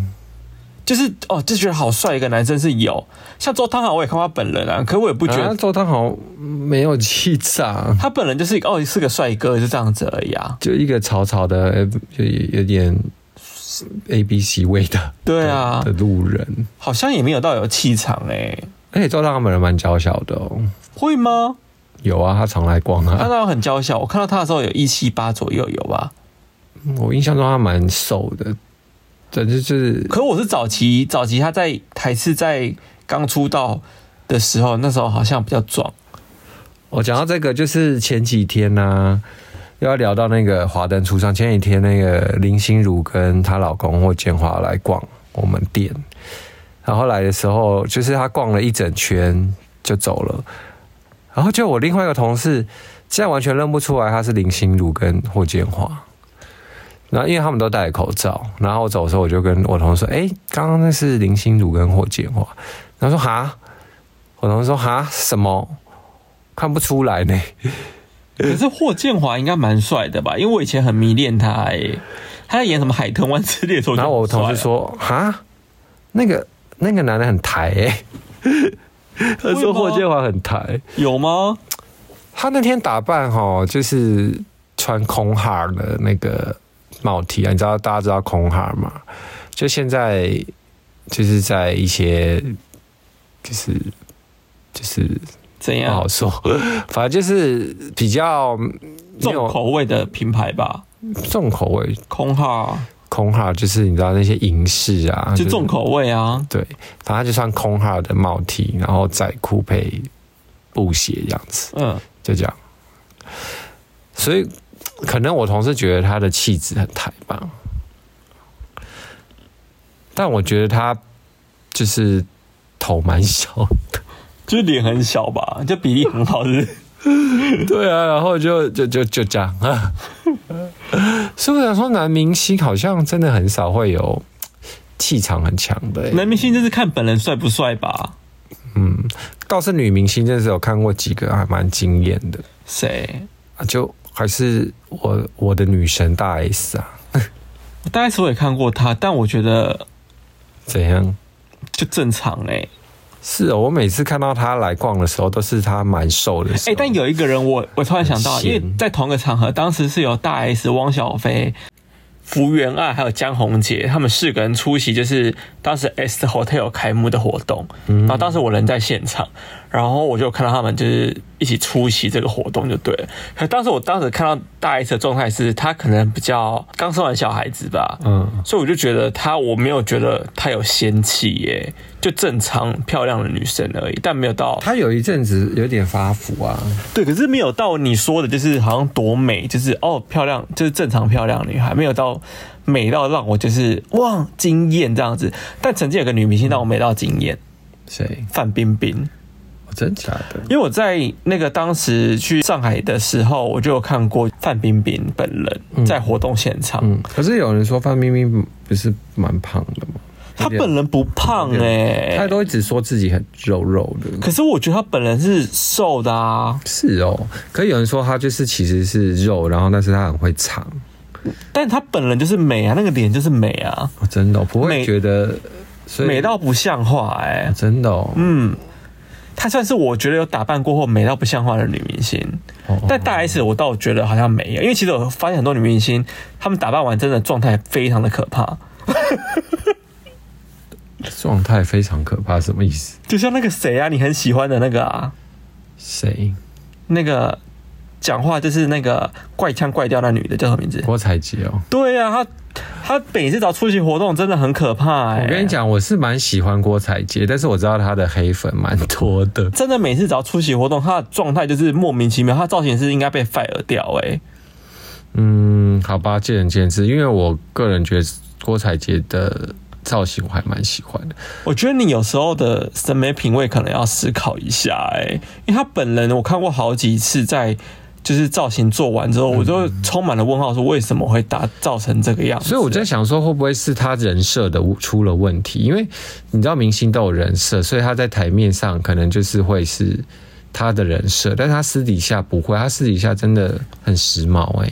A: 就是哦，就觉得好帅一个男生是有，像周汤豪我也看过他本人啊，可我也不
C: 我
A: 觉
C: 觉
A: 得、
C: 得周汤豪没有气场，
A: 他本人就是一个哦是个帅哥，就这样子而已啊。
C: 就一个草草的，呃就有点 A B C 味的
A: 对啊
C: 的，路人。
A: 好像也没有到有气场哎、
C: 而且周汤豪本人蛮娇小的哦，
A: 会吗？
C: 有啊，他常来逛
A: 他
C: 啊。
A: 那时候很娇小，我看到他的时候有一七八左右有吧？
C: 我印象中他蛮瘦的，但是就是
A: 可我是早期早期他在还是在刚出道的时候，那时候好像比较壮。
C: 我哦讲到这个，就是前几天呢、又要聊到那个华灯初上。前几天那个林心如跟她老公霍建华来逛我们店，然后来的时候，就是她逛了一整圈就走了，然后就我另外一个同事，现在完全认不出来她是林心如跟霍建华。然后因为他们都戴口罩，然后我走的时候我就跟我同事说：“哎，刚刚那是林心如跟霍建华。”然后说：“哈。”我同事说：“哈什么？”看不出来呢。
A: 可是霍建华应该蛮帅的吧？因为我以前很迷恋他哎、他在演什么《海豚湾之恋》的时候，
C: 然后我同事，
A: 啊
C: 说：“哈，那个那个男的很抬哎、 他说霍建华很抬，
A: 有吗？
C: 他那天打扮哈，就是穿空哈的那个帽 T 啊，你知道大家知道空哈吗？就现在就是在一些就是就是
A: 怎
C: 不好
A: 样？
C: 说，反正就是比较没
A: 重
C: 有
A: 口味的品牌吧，
C: 重口味，
A: 空号
C: 啊空哈就是你知道那些银饰啊，
A: 就是重口味啊。
C: 对，反正他就穿空哈的帽 T，然后仔裤配布鞋这样子，
A: 嗯，
C: 就这样。所以可能我同事觉得他的气质很台吧，但我觉得他就是头蛮小
A: 就是脸很小吧，就比例很好，是不是？
C: 对啊，然后就就就就这样，是不是想说男明星好像真的很少会有气场很强的、欸？
A: 男明星就是看本人帅不帅吧？
C: 嗯，倒是女明星真是有看过几个还蛮惊艳的，
A: 谁？
C: 啊就还是我我的女神大 S 啊，
A: 大 S 我也看过他，但我觉得
C: 怎样？
A: 就正常欸嘞、
C: 是哦，我每次看到她来逛的时候，都是她蛮瘦的时
A: 哎、
C: 候。
A: 但有一个人我，我突然想到，
C: 很
A: 因
C: 闲
A: 为在同一个场合，当时是有大 S、汪小菲、福原爱还有江宏杰他们四个人出席，就是当时 S Hotel 开幕的活动。然后当时我人在现场，然后我就看到他们就是一起出席这个活动就对了。可当时我当时看到大 S 的状态是，她可能比较刚生完小孩子吧，
C: 嗯，
A: 所以我就觉得她，我没有觉得她有仙气耶，就正常漂亮的女生而已，但没有到
C: 她有一阵子有点发福啊，
A: 对，可是没有到你说的，就是好像多美，就是哦漂亮，就是正常漂亮的女孩，没有到美到让我就是哇惊艳这样子。但曾经有个女明星让我美到惊艳，
C: 谁？
A: 范冰冰。
C: 哦真假的？
A: 因为我在那个当时去上海的时候，我就有看过范冰冰本人在活动现场，
C: 嗯，可是有人说范冰冰不是蛮胖的吗？
A: 她本人不胖哎、
C: 她都一直说自己很肉肉的。
A: 可是我觉得她本人是瘦的啊，
C: 是哦，可有人说她就是其实是肉，然后但是她很会藏。
A: 但她本人就是美啊，那个脸就是美啊，
C: 哦，真的哦、不
A: 美
C: 会觉得，所以
A: 美到不像话哎、
C: 真的、哦，嗯，
A: 她算是我觉得有打扮过后美到不像话的女明星。
C: 哦
A: 但大 S 我倒觉得好像没有，因为其实我发现很多女明星，她们打扮完真的状态非常的可怕，
C: 状态非常可怕，什么意思？
A: 就像那个谁啊，你很喜欢的那个啊，
C: 谁？
A: 那个讲话就是那个怪腔怪调那女的叫什么名字？
C: 郭采洁哦，
A: 对啊，她她每次只要出席活动真的很可怕、欸。
C: 我跟你，讲，我是蛮喜欢郭采洁，但是我知道她的黑粉蛮多的。
A: 真的每次只要出席活动，她的状态就是莫名其妙，她造型是应该被 fire 掉哎、
C: 嗯，好吧，见仁见智，因为我个人觉得郭采洁的造型我还蛮喜欢的。
A: 我觉得你有时候的审美品味可能要思考一下、欸，因为他本人我看过好几次在。就是造型做完之
C: 嗯
A: 后，我就充满了问号，说为什么会打造成这个样子？
C: 所以我在想说，会不会是他人设的出了问题？因为你知道明星都有人设，所以他在台面上可能就是会是他的人设，但他私底下不会，他私底下真的很时髦哎、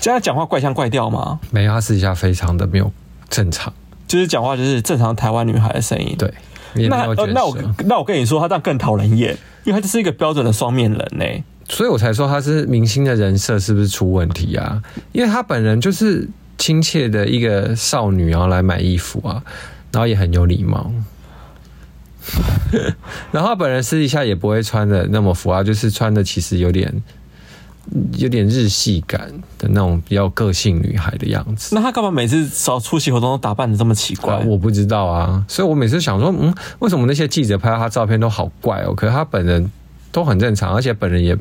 A: 就他讲话怪腔怪调嘛，
C: 没有，他私底下非常的没有正常，
A: 就是讲话就是正常台湾女孩的声音。，
C: 对，也没
A: 那
C: 有
A: 呃
C: 角
A: 那我
C: 色，
A: 那我跟你说，他这样更讨人厌，因为他就是一个标准的双面人呢、
C: 所以我才说他是明星的人设是不是出问题啊？因为他本人就是亲切的一个少女，然后来买衣服啊，然后也很有礼貌。 然后他本人私底下也不会穿的那么浮夸，就是穿的其实有点有点日系感的那种比较个性女孩的样子。
A: 那他干嘛每次只要出席活动都打扮的这么奇怪？
C: 啊我不知道啊，所以我每次想说，嗯，为什么那些记者拍到他照片都好怪哦？可是他本人都很正常，而且本人也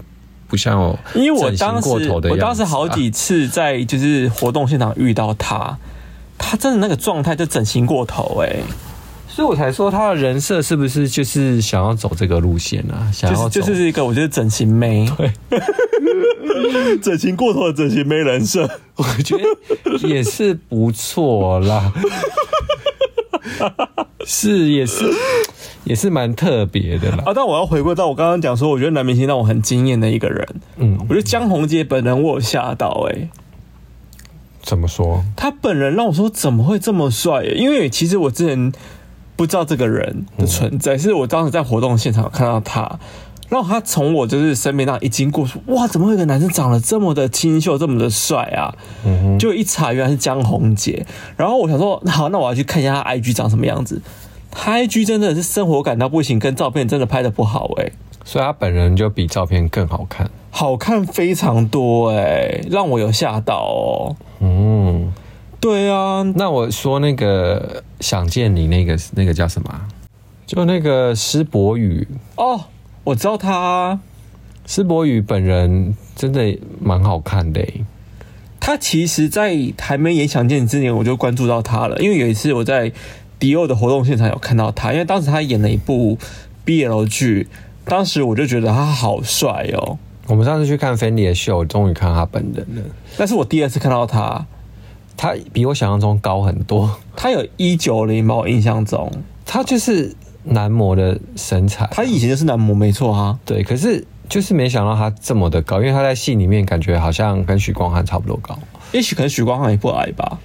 C: 不像我
A: 因为我
C: 整形
A: 当时
C: 过头的
A: 我
C: 样子啊
A: 当时好几次在就是活动现场遇到他，他真的那个状态就整形过头哎、
C: 所以我才说他的人设是不是就是想要走这个路线 啊？想要
A: 就是
C: 走
A: 就是一个我觉得整形 妹， 整形过头的整形妹人设，
C: 我觉得 也是不错啦， 是也是也是蛮特别的啦。
A: 啊，但我要回归到我刚刚讲说，我觉得男明星让我很惊艳的一个人，
C: 嗯
A: 我觉得江宏杰本人我有吓到哎、
C: 怎么说？
A: 他本人让我说怎么会这么帅耶？因为其实我之前不知道这个人的存在，是我当时在活动现场看到他，然后他从我就是身边那样一经过，说哇，怎么会有个男生长得这么的清秀，这么的帅啊？就一查原来是江宏杰，然后我想说好，那我要去看一下他 IG 长什么样子。他 IG 真的是生活感到不行，跟照片真的拍的不好哎、
C: 所以他本人就比照片更好看。
A: 好看非常多哎、让我有吓到哦。
C: 嗯，
A: 对啊，
C: 那我说那个想见你那个那个叫什么啊？就那个施柏宇，
A: 哦，我知道他啊。
C: 施柏宇本人真的蛮好看的、欸。
A: 他其实，在还没演《想见你》之前，我就关注到他了，因为有一次我在迪奥的活动现场有看到他，因为当时他演了一部 BL 剧，当时我就觉得他好帅哦，
C: 我们上次去看 Fendi 的秀，终于看到他本人了。
A: 那是我第二次看到他，
C: 它比我想象中高很多。
A: 他有一九零吧，我印象中，
C: 它就是男模的身材，
A: 他以前就是男模，没错啊。
C: 对，可是就是没想到他这么的高，因为他在戏里面感觉好像跟许光汉差不多高。
A: 也许可能许光汉也不矮吧，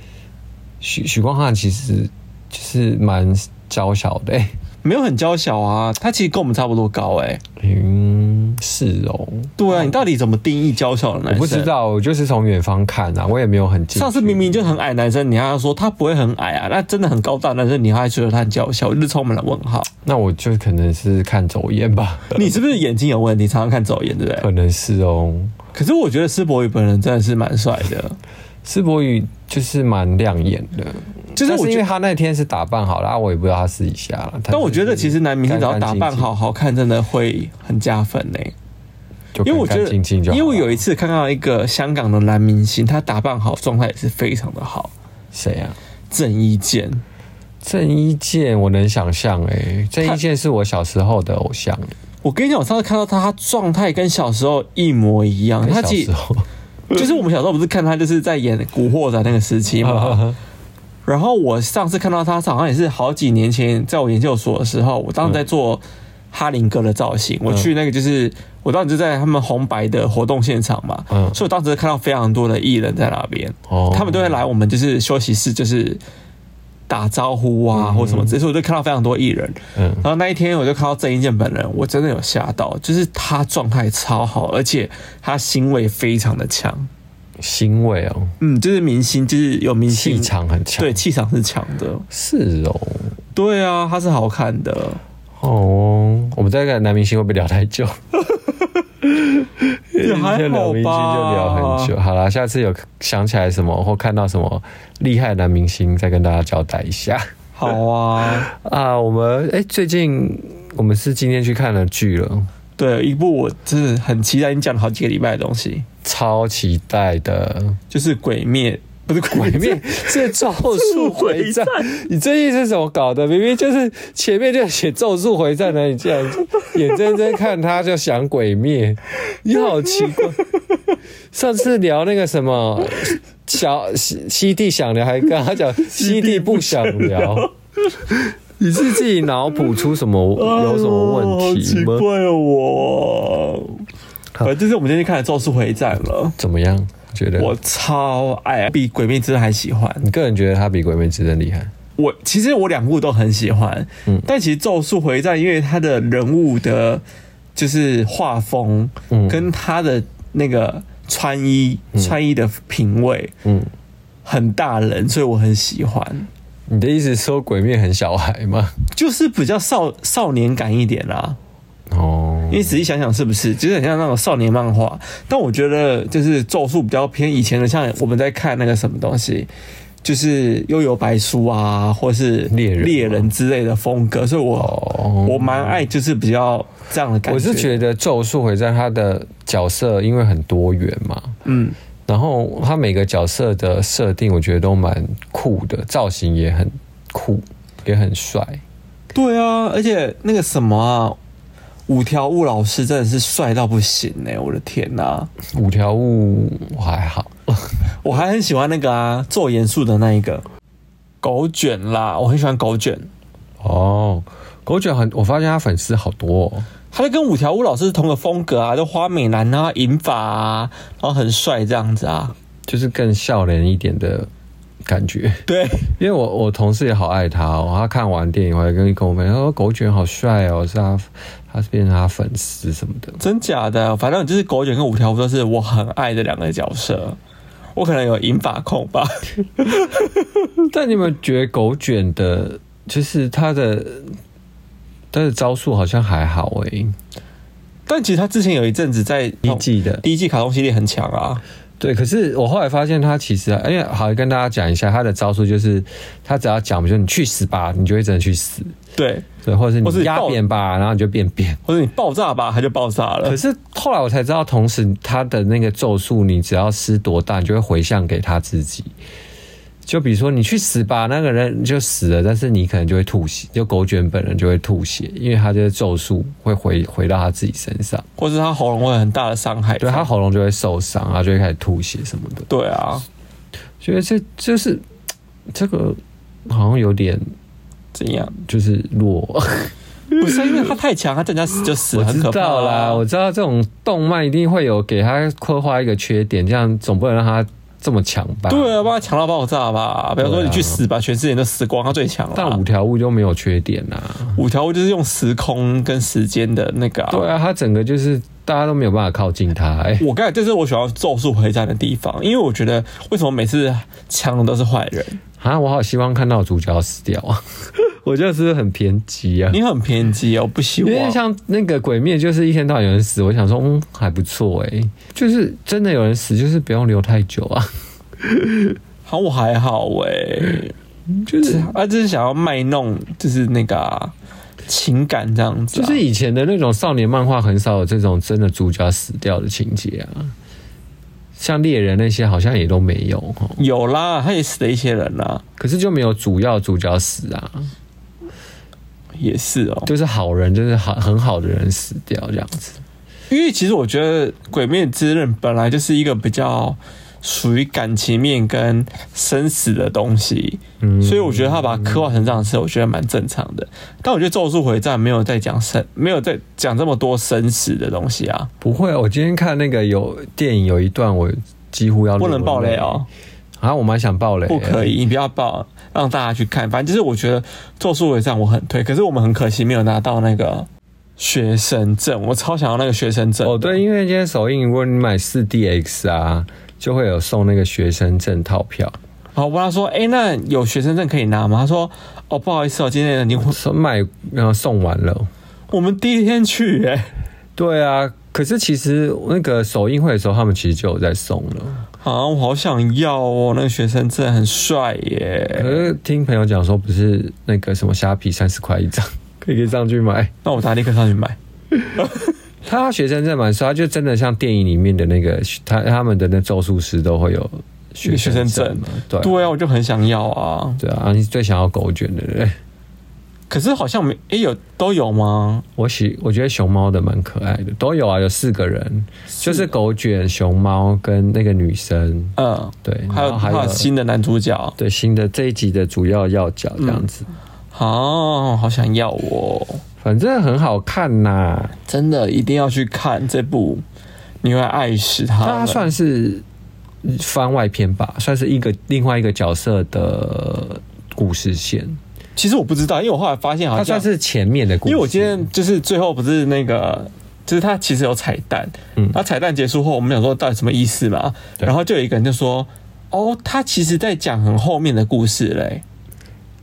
C: 许许光汉其实就是蛮娇小的、欸，
A: 没有很娇小啊，他其实跟我们差不多高哎、
C: 嗯，是哦，
A: 对啊，你到底怎么定义娇小的男生？
C: 我不知。道，我就是从远方看啊，我也没有很近。
A: 哎上次明明就很矮男生，你还要说他不会很矮啊，那真的很高大的男生，你还觉得他很娇小，我就是充满了问号。
C: 那我就可能是看走眼吧，
A: 你是不是眼睛有问题？常常看走眼，对不对
C: 可？能是哦。
A: 可是我觉得施柏宇本人真的是蛮帅的，
C: 施柏宇就是蛮亮眼的，
A: 就是
C: 但
A: 我
C: 是因
A: 觉
C: 为
A: 得，
C: 他那天是打扮好了，啊我也不知道他私底下了。
A: 但我觉得其实男明星只要打扮好好看，真的会很加分呢、
C: 就
A: 因为我
C: 干
A: 觉
C: 干
A: 得，
C: 净净就好
A: 因为我有
C: 了
A: 一次看到一个香港的男明星，他打扮好，状态也是非常的好，
C: 谁啊？
A: 郑伊健。
C: 郑伊健，我能想象哎、郑伊健是我小时候的偶像、欸
A: 我跟你讲，我上次看到他，他状态跟小时候一模一样。嗯他
C: 欸，小
A: 其
C: 时
A: 实
C: 候
A: 就是我们小时候不是看他就是在演《古惑仔》那个时期
C: 啊
A: 嘛。然后我上次看到他，好像也是好几年前，在我研究所的时候，我当时在做哈林哥的造
C: 嗯
A: 型。我去那个就是我当时就在他们红白的活动现场嘛，
C: 嗯
A: 所以我当时看到非常多的艺人在那边。
C: 哦
A: 他们都会来我们就是休息室，就是打招呼啊，或什么之类，所以我就看到非常多艺人。
C: 嗯
A: 然后那一天我就看到郑伊健本人，我真的有吓到，就是他状态超好，而且他行为非常的强。
C: 欣慰哦，
A: 嗯，就是明星，就是有明星
C: 气，场很强，
A: 对，气场是强的。
C: 是哦。
A: 对啊，他是好看的。
C: 哦，我们这个男明星会不会聊太 久？
A: 也还好吧
C: 就聊明星就聊很久。好啦，下次有想起来什么或看到什么厉害的男明星，再跟大家交代一下
A: 好啊，
C: 啊。我们哎、最近我们是今天去看了剧了，
A: 对，一部我真的很期待你讲了好几个礼拜的东西，
C: 超期待的。
A: 就是《鬼灭》，不是《鬼
C: 鬼
A: 灭
C: 灭》 是《咒术回战》，你最近是怎么搞的？明明就是前面就写《咒术回战》呢，你竟然眼睁睁看他就想鬼灭，你好奇怪。上次聊那个什么小西西地想聊，还跟他 讲西地不想聊。你是自己脑补出 什么有什么问
A: 哎
C: 题
A: 呦好
C: 吗
A: 奇？怪哦，我。反正就是我们今天去看的《咒术回战》了，
C: 怎么样？你觉得
A: 我超爱，比《鬼灭之刃》还喜欢。
C: 你个人觉得他比《鬼灭之刃》厉害？
A: 我其实我两部都很喜欢，但其实《咒术回战》因为他的人物的，就是画风，
C: 嗯
A: 跟他的那个穿衣、穿衣的品味
C: 嗯，
A: 很大人，所以我很喜欢，
C: 你的意思是说《鬼灭》很小孩吗？
A: 就是比较少少年感一点啦、
C: 哦，
A: 因为仔细想想，是不是就是很像那种少年漫画？但我觉得就是咒术比较偏以前的，像我们在看那个什么东西，就是幽游白书啊，或是
C: 猎人吗
A: 猎人之类的风格，所以我、
C: 哦
A: 我蛮爱就是比较这样的感觉。
C: 我是觉得《咒术回战》它的角色因为很多元嘛，
A: 嗯，
C: 然后它每个角色的设定，我觉得都蛮酷的，造型也很酷，也很帅。
A: 对啊，而且那个什么啊，五条悟老师真的是帅到不行哎、我的天呐、
C: 五条悟我还好，
A: 我还很喜欢那个啊，做严肃的那一个狗卷啦，我很喜欢狗卷。
C: 哦，狗卷很，我发现他粉丝好多、哦，
A: 他就跟五条悟老师是同个风格啊，就花美男啊、银发啊，然后很帅这样子啊。
C: 就是更笑脸一点的感觉。
A: 对，
C: 因为我我同事也好爱他哦，他看完电影回来跟跟我分享，他说狗卷好帅哦，是他他是变成他粉丝什么的。
A: 真假的，反正就是狗卷跟五条悟都是我很爱的两个角色。我可能有银发控吧，
C: 但你有没有觉得狗卷的，就是他的他的招数好像还好欸诶、
A: 但其实他之前有一阵子在
C: 第一季的
A: 第一季卡通系列很强啊。
C: 对，可是我后来发现他其实，哎呀，好跟大家讲一下，他的招数就是他只要讲，比如说你去死吧，你就会真的去死，
A: 对，
C: 对，或者是
A: 或是
C: 你
A: 你
C: 压
A: 爆
C: 扁吧，然后你就变扁。
A: 或者你爆炸吧，他就爆炸了
C: 可。是后来我才知道，同时他的那个咒术，你只要施多大，你就会回向给他自己。就比如说你去死吧，那个人就死了，但是你可能就会吐血，就狗卷本人就会吐血，因为他这个咒术会回回到他自己身上，
A: 或是他喉咙会有很大的伤害。
C: 啊对他喉咙就会受伤，然后就会开始吐血什么的。
A: 对啊，
C: 觉得这就是这个好像有点
A: 怎 样？
C: 就是弱。
A: 不是因为他太强，他等下死就死，
C: 我
A: 很
C: 知
A: 可怕
C: 道
A: 啊
C: 啦，我知道这种动漫一定会有给他刻画一个缺点，这样总不能让他这么强吧？
A: 对啊，把他强到爆炸吧！不要说你去死吧，全世界都死光，他最强了。
C: 但五条悟就没有缺点呐、
A: 五条悟就是用时空跟时间的那个、
C: 对。啊，他整个就是大家都没有办法靠近他、哎，
A: 我刚才这是我喜欢《咒术回战》的地方，因为我觉得为什么每次强的都是坏人？
C: 啊，我好希望看到主角死掉啊！ 我就是很偏激啊。
A: 你很偏激哦，我不希
C: 因为
A: 望。
C: 像那个鬼灭，就是一天到晚有人死，我想说，嗯，还不错哎、就是真的有人死，就是不用留太久啊，
A: 好，我还好喂、
C: 就是
A: 他就是想要卖弄，就是那个啊、情感这样子、
C: 就
A: 啊。
C: 是以前的那种少年漫画很少有这种真的主角死掉的情节啊，像猎人那些好像也都没有哦，
A: 有啦，他也死了一些人啦，
C: 可是就没有主要主角死啊，
A: 也是哦。
C: 就是好人，就是好很好的人死掉这样子。
A: 因为其实我觉得《鬼灭之刃》本来就是一个比较属于感情面跟生死的东西，所以我觉得他把它刻画成这样子，我觉得蛮正常的。但我觉得《咒术回战》没有在讲生，没有在讲这么多生死的东西啊，
C: 不会，我今天看那个有电影有一段，我几乎要
A: 不能
C: 流
A: 爆雷哦，
C: 啊，我蛮想爆雷，
A: 不可以，你不要爆，让大家去看。反正就是我觉得《咒术回战》我很推，可是我们很可惜没有拿到那个学生证，我超想要那个学生证的
C: 哦，对，因为今天首映，如果你买四 DX 啊，就会有送那个学生证套票。
A: 然后我问他说：“哎、那有学生证可以拿吗？”他说：“哦，不好意思哦，今天已经
C: 说买然后送完了。
A: 我们第一天去、诶
C: 对啊，可是其实那个首映会的时候，他们其实就有在送了。
A: 啊，我好想要哦，那个学生证很帅耶。
C: 可是听朋友讲说，不是那个什么虾皮三十块一张，可以可以上去买。
A: 那我打立刻上去买。
C: 他学生证蛮帅，他就真的像电影里面的那个他他们的那咒术师都会有学
A: 学生
C: 证
A: 证
C: 嘛，对啊
A: 对啊，我就很想要啊，
C: 对啊，你最想要狗卷的人，哎
A: 可是好像没，哎、有都有吗？
C: 我喜我觉得熊猫的蛮可爱的，都有啊，有四个人，就是狗卷、熊猫跟那个女生，
A: 嗯，
C: 对，
A: 还
C: 然
A: 有
C: 后还
A: 还有
C: 有
A: 新的男主角，
C: 对新的这一集的主要要角这样
A: 嗯
C: 子，
A: 哦，好想要哦，
C: 反正很好看呐、
A: 真的一定要去看这部，你会爱死他们。
C: 它算是番外篇吧，算是一个另外一个角色的故事线，
A: 其实我不知道，因为我后来发现好
C: 它
A: 像
C: 算是前面的故事。
A: 因为我今天就是最后不是那个，就是他其实有彩蛋，嗯，那彩蛋结束后，我们想说到底什么意思嘛？
C: 对
A: 然后就有一个人就说：“哦，他其实在讲很后面的故事嘞。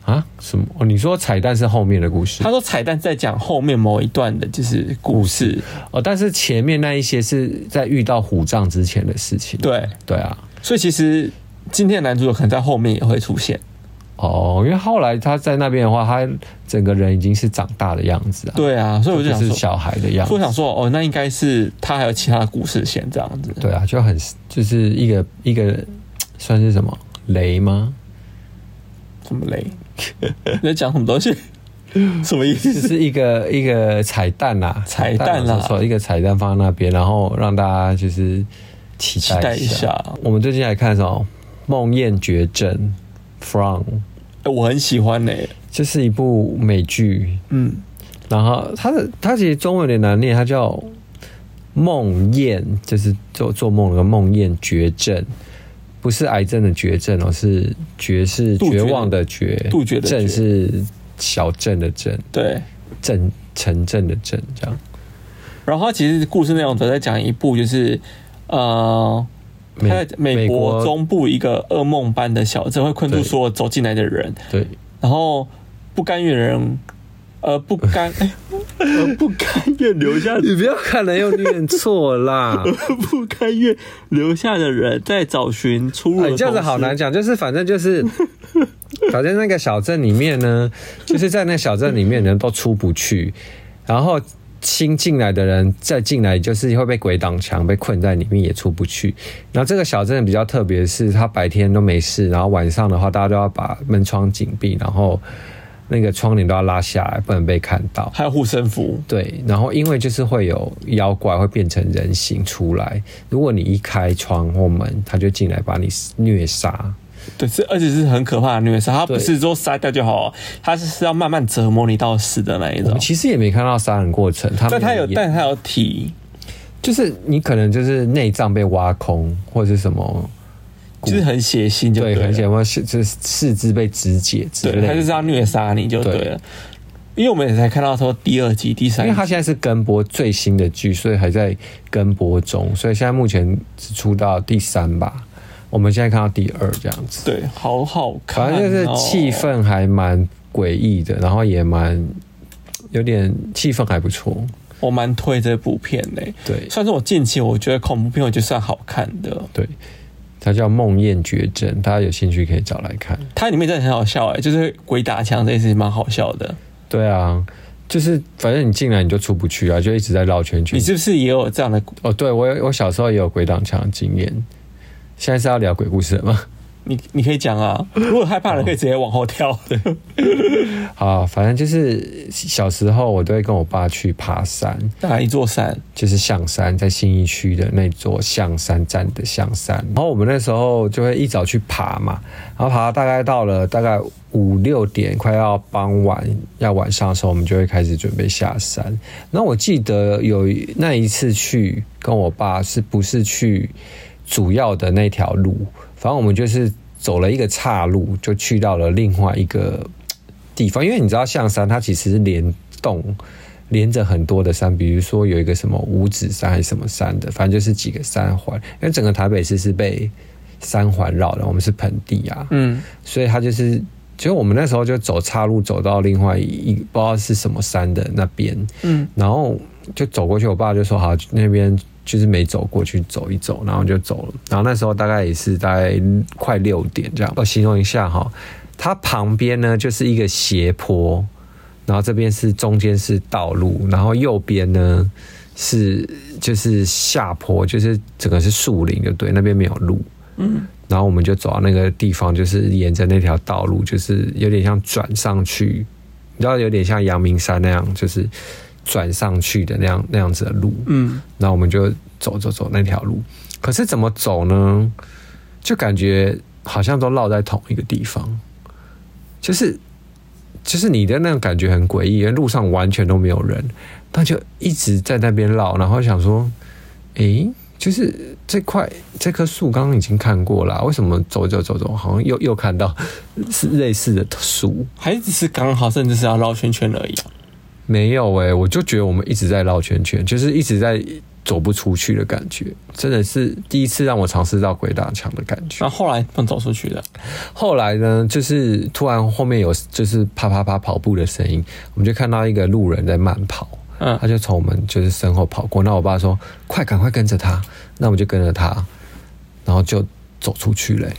C: 啊什么？哦你说彩蛋是后面的故”事
A: 他说彩蛋在讲后面某一段的就是故事，
C: 哦，但是前面那一些是在遇到虎杖之前的事情。
A: 对，
C: 对啊，
A: 所以其实今天的男主角可能在后面也会出现，
C: 哦，因为后来他在那边的话，他整个人已经是长大的样子啊，，
A: 对啊，所以我就想
C: 是
A: 说，所
C: 小孩的样
A: 以我想
C: 子。
A: 说，哦，那应该是他还有其他的故事线这样子，
C: 对啊，就很就是一个一个算是什么雷吗？
A: 怎么嘞？ 你在讲什么东 西？什么意
C: 就
A: 思？
C: 是一个一个彩蛋啦，
A: 彩蛋啊啦
C: 我说错了一个彩蛋放在那边，然后让大家就是期
A: 期待
C: 待
A: 一
C: 一下。
A: 下。
C: 我们最近还看什么《梦魇绝症》，From，
A: 欸我很喜欢呢、
C: 这是一部美剧，
A: 嗯，
C: 然后它的它其实中文有点难念，它叫梦魇，就是做做梦那个梦魇绝症，不是癌症的绝症哦，是绝是
A: 杜绝
C: 绝望的绝，
A: 杜绝的绝
C: 症是小镇的镇，
A: 对。
C: 镇城镇的镇这样。
A: 然后他其实故事内容都在讲一部，就是呃，他在美国中部一个噩梦般的小镇，会困住
C: 对
A: 所有走进来的人，
C: 对
A: 然后不甘愿的人，呃，不 甘，哎呃不甘愿留下，
C: 你不要看了又念错啦，
A: 不甘愿留下的人，在找寻出路的
C: 哎
A: 同时、
C: 这样子好难讲，就是反 正就是。反正那个小镇里面呢，就是在那小镇里面人都出不去，然后新进来的人再进来就是会被鬼挡墙，被困在里面也出不去。然后这个小镇比较特别的是，它白天都没事，然后晚上的话大家都要把门窗紧闭，然后那个窗帘都要拉下来，不能被看到。
A: 还有护身符，
C: 对，然后因为就是会有妖怪会变成人形出来，如果你一开窗或门，他就进来把你虐杀。
A: 对，是而且是很可怕的虐杀，它不是说杀掉就好哦，它是是要慢慢折磨你到死的那一
C: 我
A: 种
C: 们。其实也没看到杀人过程，他
A: 但它有，
C: 演
A: 但它有体，
C: 就是你可能就是内脏被挖空，或者是什么，
A: 就是很血腥就
C: 对，
A: 了
C: 很显或是就是四肢被肢解之
A: 对，
C: 类
A: 它就是
C: 的。
A: 要虐杀你就对了。因为我们也才看到说第二集、第
C: 因
A: 三
C: 为
A: 集
C: 他，现在是跟播最新的剧，所以还在跟播中，所以现在目前只出到第三吧。我们现在看到第二这样子，
A: 对，好好看、哦，
C: 反正就是气氛还蛮诡异的，然后也蛮有点气氛还不错。
A: 我蛮推这部片的、
C: 对
A: 算是我近期我觉得恐怖片我觉得算好看的，
C: 对，它叫《梦魇绝症》，大家有兴趣可以找来看。
A: 它里面真的很好笑哎、就是鬼打墙这件事情蛮好笑的。
C: 对啊，就是反正你进来你就出不去啊，就一直在绕圈圈
A: 你。是不是也有这样的？
C: 哦，对我有我小时候也有鬼挡墙的经验。现在是要聊鬼故事了吗？
A: 你你可以讲啊，如果害怕的可以直接往后跳。
C: 好，反正就是小时候我都会跟我爸去爬山，
A: 哪一座山？
C: 就是象山，在信义区的那座象山站的象山。然后我们那时候就会一早去爬嘛，然后爬到大概到了大概五六点，快要傍晚要晚上的时候，我们就会开始准备下山。那我记得有一那一次去跟我爸，是不是去主要的那条路？反正我们就是走了一个岔路，就去到了另外一个地方，因为你知道象山它其实是联动。连着很多的山，比如说有一个什么五指山还是什么山的，反正就是几个山环。因为整个台北市是被山环绕的，我们是盆地啊，
A: 嗯，
C: 所以它就是，其实我们那时候就走岔路走到另外一不知道是什么山的那边，
A: 嗯，
C: 然后就走过去，我爸就说好那边就是没走过去走一走，然后就走了。然后那时候大概也是大概快六点这样，我形容一下哈，它旁边呢就是一个斜坡，然后这边是中间是道路，然后右边呢。是，就是下坡，就是整个是树林，就对，那边没有路。然后我们就走到那个地方，就是沿着那条道路，就是有点像转上去，你知道，有点像阳明山那样，就是转上去的那样那样子的路。
A: 嗯，
C: 然后我们就走走走那条路，可是怎么走呢？就感觉好像都绕在同一个地方，就是就是你的那种感觉很诡异，因为路上完全都没有人，但就一直在那边绕，然后想说，诶、就是这块这棵树刚刚已经看过了，啊为什么走走走走，好像又又看到是类似的树？
A: 还是只是刚好，甚至是要绕圈圈而已。
C: 没有诶、我就觉得我们一直在绕圈圈，就是一直在走不出去的感觉，真的是第一次让我尝试到鬼打墙的感觉
A: 那。后来不能走出去的，
C: 后来呢，就是突然后面有就是啪啪啪跑步的声音，我们就看到一个路人在慢跑，
A: 嗯
C: 他就从我们就是身后跑过。那我爸说：“快，赶快跟着他。”那我们就跟着他，然后就走出去了欸、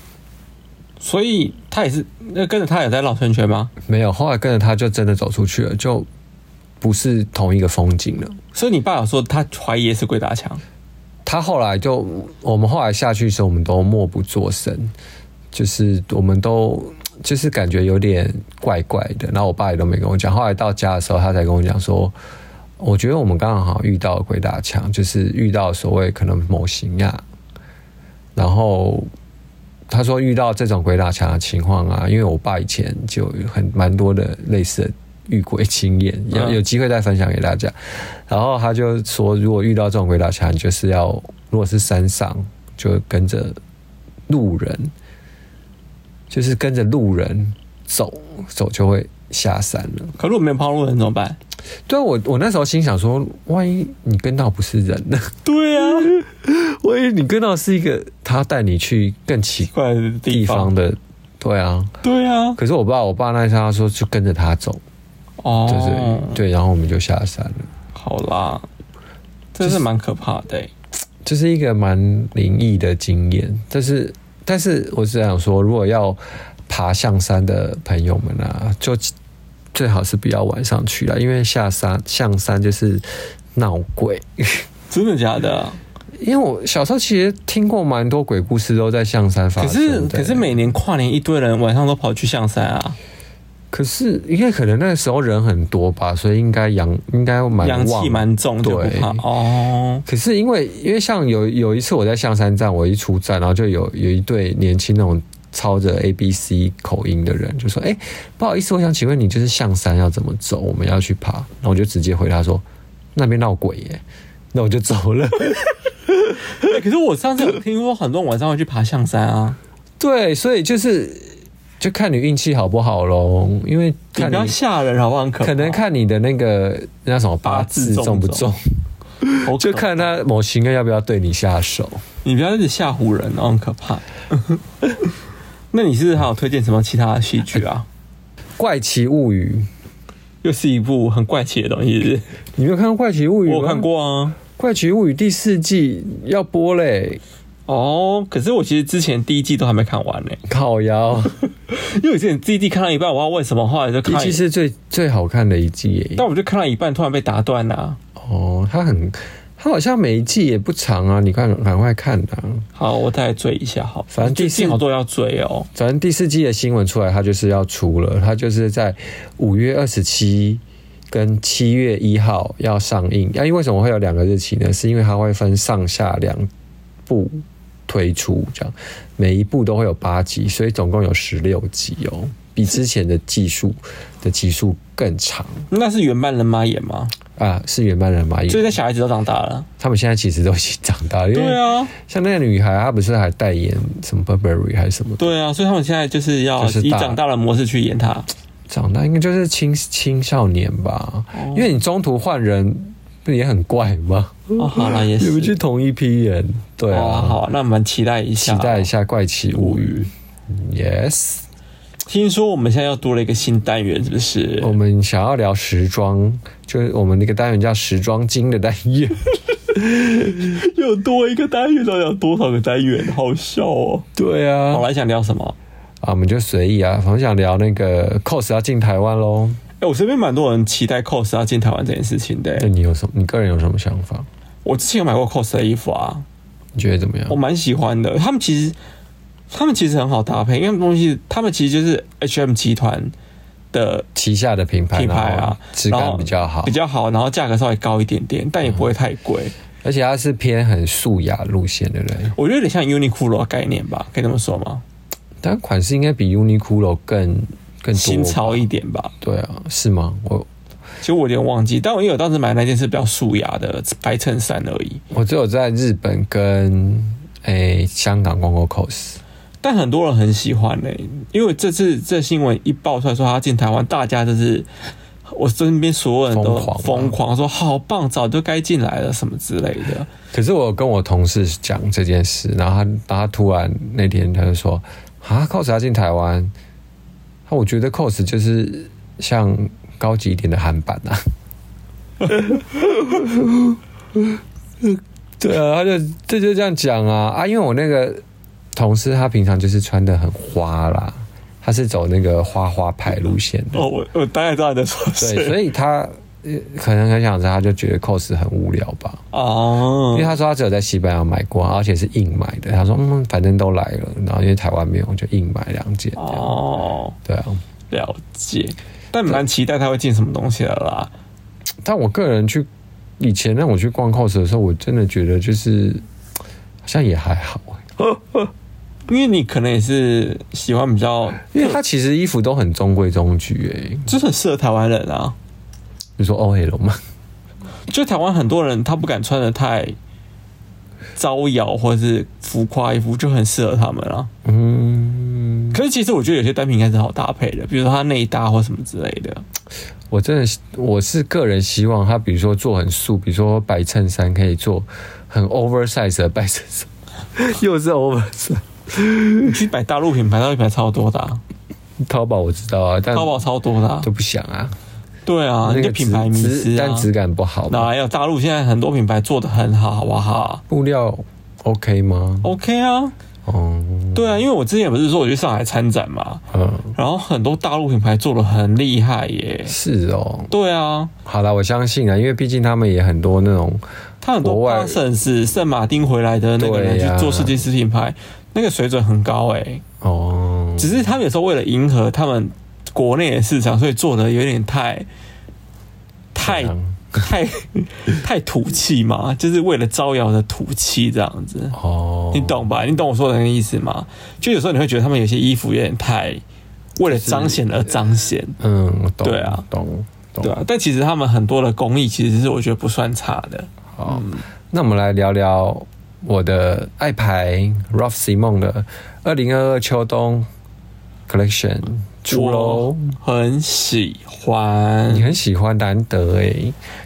A: 所以他也是那跟着他也在绕圈圈吗？
C: 没有，后来跟着他就真的走出去了，就不是同一个风景了。
A: 所以你爸有说他怀疑也是鬼打墙，
C: 他后来就，我们后来下去的时候，我们都默不作声，就是我们都就是感觉有点怪怪的。然后我爸也都没跟我讲，后来到家的时候，他才跟我讲说，我觉得我们刚刚好像遇到鬼打墙，就是遇到所谓可能某型啊，然后。他说遇到这种鬼打墙的情况啊，因为我爸以前就有很蛮多的类似的遇鬼经验，有
A: 嗯
C: 有机会再分享给大家。然后他就说，如果遇到这种鬼打墙，就是要如果是山上，就跟着路人，就是跟着路人走走就会下山了。
A: 可如果没有碰到路人怎么办？
C: 对啊，我我那时候心想说，万一你跟到不是人呢？
A: 对 呀、啊，
C: 万一你跟到是一个他带你去更奇怪
A: 怪的地
C: 地
A: 方
C: 方，的，对啊。
A: 对啊，
C: 可是我爸我爸那一下他说就跟着他走，
A: 哦，
C: 就是、对，然后我们就下山了。
A: 好啦，这是蛮可怕的、欸。
C: 这是一个蛮灵异的经验，但是但是我只想说，如果要爬象山的朋友们啊，就最好是不要晚上去啊了，因为下山象山就是闹鬼。
A: 真的假
C: 啊
A: 的？
C: 因为我小时候其实听过蛮多鬼故事，都在象山发
A: 可
C: 生
A: 是
C: 的。
A: 可是每年跨年一堆人晚上都跑去象山啊，
C: 可是因为可能那个时候人很多吧，所以应该阳应该蛮
A: 阳
C: 旺
A: 气蛮重，就不
C: 对
A: 怕 哦。
C: 可是因为因为像有有一次我在象山站，我一出站，然后就有有一对年轻那种操着 A B C 口音的人，就说：“哎、不好意思，我想请问你，就是象山要怎么走？我们要去爬。”然后我就直接回答说：“那边闹鬼耶。”那我就走了。
A: 欸可是我上次有听说很多人晚上会去爬象山啊，
C: 对，所以就是就看你运气好不好喽，因为
A: 你
C: 看
A: 不要
C: 你
A: 吓人好不好？很可怕
C: 可能看你的那个那叫什么八字重不重，
A: 好可怕
C: 就看他某行哥要不要对你下手。
A: 你不要一直吓唬人哦，很可怕。 那你是不是还有推荐什么其他的戏剧 啊？
C: 怪奇物语，
A: 又是一部很怪奇的东西是不是
C: 你没有看过《怪奇物语》？
A: 我有看过啊。
C: 《怪奇物语》第四季要播嘞，
A: 哦，可是我其实之前第一季都还没看完呢、
C: 烤 腰，
A: 因为我之前第一季看到一半，我要问什么话，就
C: 第
A: 看到
C: 一季
A: 一，
C: 是最最好看的一季耶。
A: 但我就看到一半，突然被打断了、啊
C: 哦，它很，它好像每一季也不长啊，你看赶快看的、啊。
A: 好，我再来追一下好，
C: 反正第
A: 最
C: 四
A: 近好多人要追哦。
C: 反正第四季的新闻出来，它就是要出了，它就是在五月二十七跟七月一号要上映。啊，因为为什么会有两个日期呢？是因为它会分上下两部推出，这样每一部都会有八集，所以总共有十六集哦，比之前的技术的集数更长
A: 那是原班人马演吗？
C: 啊。是原班人马，因
A: 所以
C: 为
A: 那小孩子都长大了。
C: 他们现在其实都已经长大了，因
A: 对
C: 为
A: 啊，
C: 像那个女孩，她不是还代言什么 Burberry 还是什么的
A: 对啊，所以他们现在就是要
C: 就是
A: 以
C: 大
A: 长大的模式去演他。
C: 长大应该就是青青少年吧，因为你中途换人不也很怪吗？
A: 哦，好了，也
C: 你
A: 是
C: 们。去同一批人，对
A: 好啊，
C: 啊，
A: 好啊，那我们期待一
C: 期
A: 下，
C: 待一。下《怪奇物语》。Yes，
A: 听说我们现在又多了一个新单元，是不是？
C: 我们想要聊时装，就是我们那个单元叫时装精的单 元。
A: 又多一个单元，到底有多少个单元？好笑哦！
C: 对啊
A: 好，，来想聊什么？
C: 啊，我们就随意啊，反正想聊那个 cos 要进台湾喽。
A: 哎、我身边蛮多人期待 cos 啊要进台湾这件事情的、
C: 那哎你有什么？你个人有什么想法？
A: 我之前有买过 cos 的衣服啊，
C: 你觉得怎么样
A: 我？蛮喜欢的。他们其实，他们其实很好搭配，因为他们东西，他们其实就是 H&M 集团的
C: 旗下的品牌，
A: 品牌
C: 然
A: 啊
C: 后，质
A: 然
C: 感
A: 后
C: 比较好，嗯
A: 比较好，然后价格稍微高一点点，但也不会太贵。
C: 而且它是偏很素雅路线的人。
A: 我觉得有点像 Uniqlo 的概念吧，可以这么说吗？
C: 但款式应该比 Uniqlo 更更多
A: 新潮一点吧。
C: 对啊，是吗？我
A: 其实我有点忘记，但我因为我当时买那件是比较素雅的白衬衫而已。
C: 我只有在日本跟诶、香港逛过 cos，
A: 但很多人很喜欢呢、欸因为这次这新闻一爆出来说他进台湾，大家就是我身边所有人都
C: 疯狂吗啊
A: 疯狂说好棒，早就该进来了什么之类的。
C: 可是我有跟我同事讲这件事，然后他然后他突然那天他就说啊 cos 要进台湾，啊我觉得 cos 就是像高级一点的韩版啊。 对啊，他就这就这样讲啊啊，因为我那个同事他平常就是穿的很花啦，他是走那个花花牌路线的，
A: 哦，我我大概知道你在说
C: 对，
A: 谁
C: 所以他呃可能很想知道，他就觉得 cos 很无聊吧，
A: 哦
C: 因为，他说他只有在西班牙买过，而且是硬买的。他说嗯，反正都来了，然后因为台湾没有，就硬买两件。
A: 哦，
C: 对啊，
A: 了解。但蛮期待他会进什么东西的啦。
C: 但我个人去以前让我去逛 cos 的时候，我真的觉得就是好像也还好、欸
A: 因为你可能也是喜欢比较，
C: 因为他其实衣服都很中规中矩诶、
A: 就是很适合台湾人啊。
C: 你说 OL 吗？
A: 就台湾很多人他不敢穿的太招摇或者是浮夸衣服，就很适合他们啊。
C: 嗯，
A: 可是其实我觉得有些单品应该是好搭配的，比如说它内搭或什么之类的。
C: 我真的是我是个人希望他，比如说做很素，比如说白衬衫可以做很 oversize 的白衬衫， 又是 oversize。
A: 你去买大陆品牌，大陆品牌超多的啊、
C: 淘宝我知道啊，但
A: 淘宝超多的啊、
C: 都不想啊，
A: 对啊，你
C: 那
A: 就
C: 个
A: 品牌迷
C: 质
A: 失啊
C: 但。质感不好嘛，
A: 那还有大陆现在很多品牌做的很好，好不好
C: 布料 OK 吗？
A: ？OK 啊，
C: 哦，
A: 对啊，因为我之前不是说我去上海参展嘛，
C: 嗯，
A: 然后很多大陆品牌做的很厉害耶。
C: 是哦，
A: 对啊，
C: 好啦，我相信啊，因为毕竟他们也很多那种，
A: 他很多
C: 国外
A: Parsons 圣马丁回来的那个人
C: 对啊
A: 去做设计师品牌，那个水准很高哎、
C: 哦，
A: 只是他们有时候为了迎合他们国内的市场，所以做的有点太太
C: 怎样
A: 太太土气嘛，就是为了招摇的土气这样子，
C: 哦，
A: 你懂吧？你懂我说的那个意思吗？就有时候你会觉得他们有些衣服有点太为了彰显而彰显，
C: 嗯，我懂，
A: 对啊
C: 懂懂，
A: 对啊。但其实他们很多的工艺其实是我觉得不算差的。
C: 好，那我们来聊聊我的爱牌 Ralph Simon 的二零二二秋冬 Collection 出喽
A: 我，很喜欢
C: 你，很喜欢，难得哎、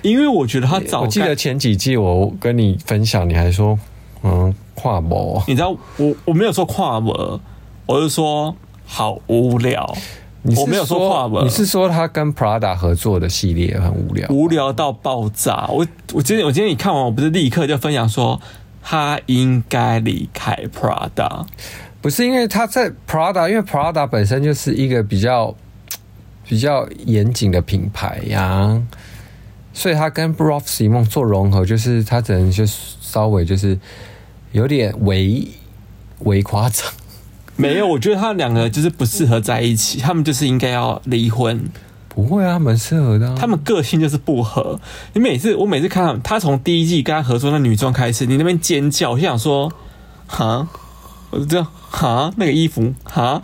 A: 因为我觉得他早
C: 我记
A: 该
C: 得前几季我跟你分享，你还说嗯跨模，
A: 你知道我我没有说跨文，我是说好无聊，
C: 你是
A: 我没有说跨文，
C: 你是说他跟 Prada 合作的系列很无聊？
A: 无聊到爆炸。我我今天我今天一看完，我不是立刻就分享说他应该离开 Prada。
C: 不是因为他在 Prada，因为 Prada 本身就是一个比较比较严谨的品牌呀、所以他跟 Ralph Simon 做融合，就是他只能就稍微就是有点微微夸张。
A: 没有，我觉得他们两个就是不适合在一起，他们就是应该要离婚。
C: 不会啊，蛮适合的、啊。
A: 他们个性就是不合。你每次我每次看到他从第一季跟他合作那女装开始，你那边尖叫，我就想说，哈，我就这样哈，那个衣服哈，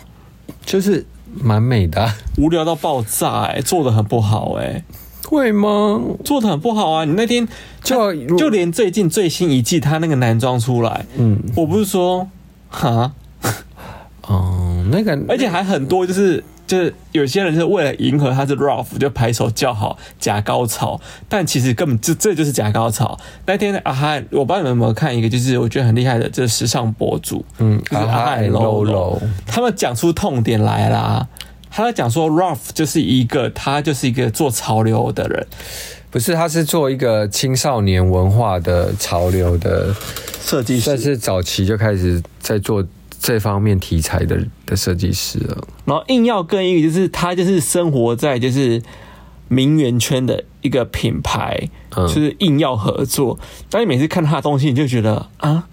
C: 就是蛮美的啊、
A: 无聊到爆炸、欸，做的很不好、欸，
C: 会吗？
A: 做的很不好啊！你那天
C: 就
A: 他就连最近最新一季他那个男装出来，
C: 嗯
A: 我不是说哈，
C: 嗯，那个
A: 而且还很多就是。就是有些人是为了迎合他是 Ralph 就拍手叫好假高潮，但其实根本就这就是假高潮。那天啊哈，我不知道你们有没有看一个，就是我觉得很厉害的，就是时尚博主，
C: 嗯，
A: 就是
C: 啊哈
A: I
C: and
A: Lolo
C: Lolo
A: 他们讲出痛点来啦。他在讲说 Ralph 就是一个他就是一个做潮流的人，
C: 不是，他是做一个青少年文化的潮流的
A: 设计
C: 算是早期就开始在做这方面题材的的设计师了。
A: 然后硬要跟一个就是他就是生活在就是名媛圈的一个品牌，
C: 嗯
A: 就是硬要合作。但你每次看他的东西，你就觉得啊，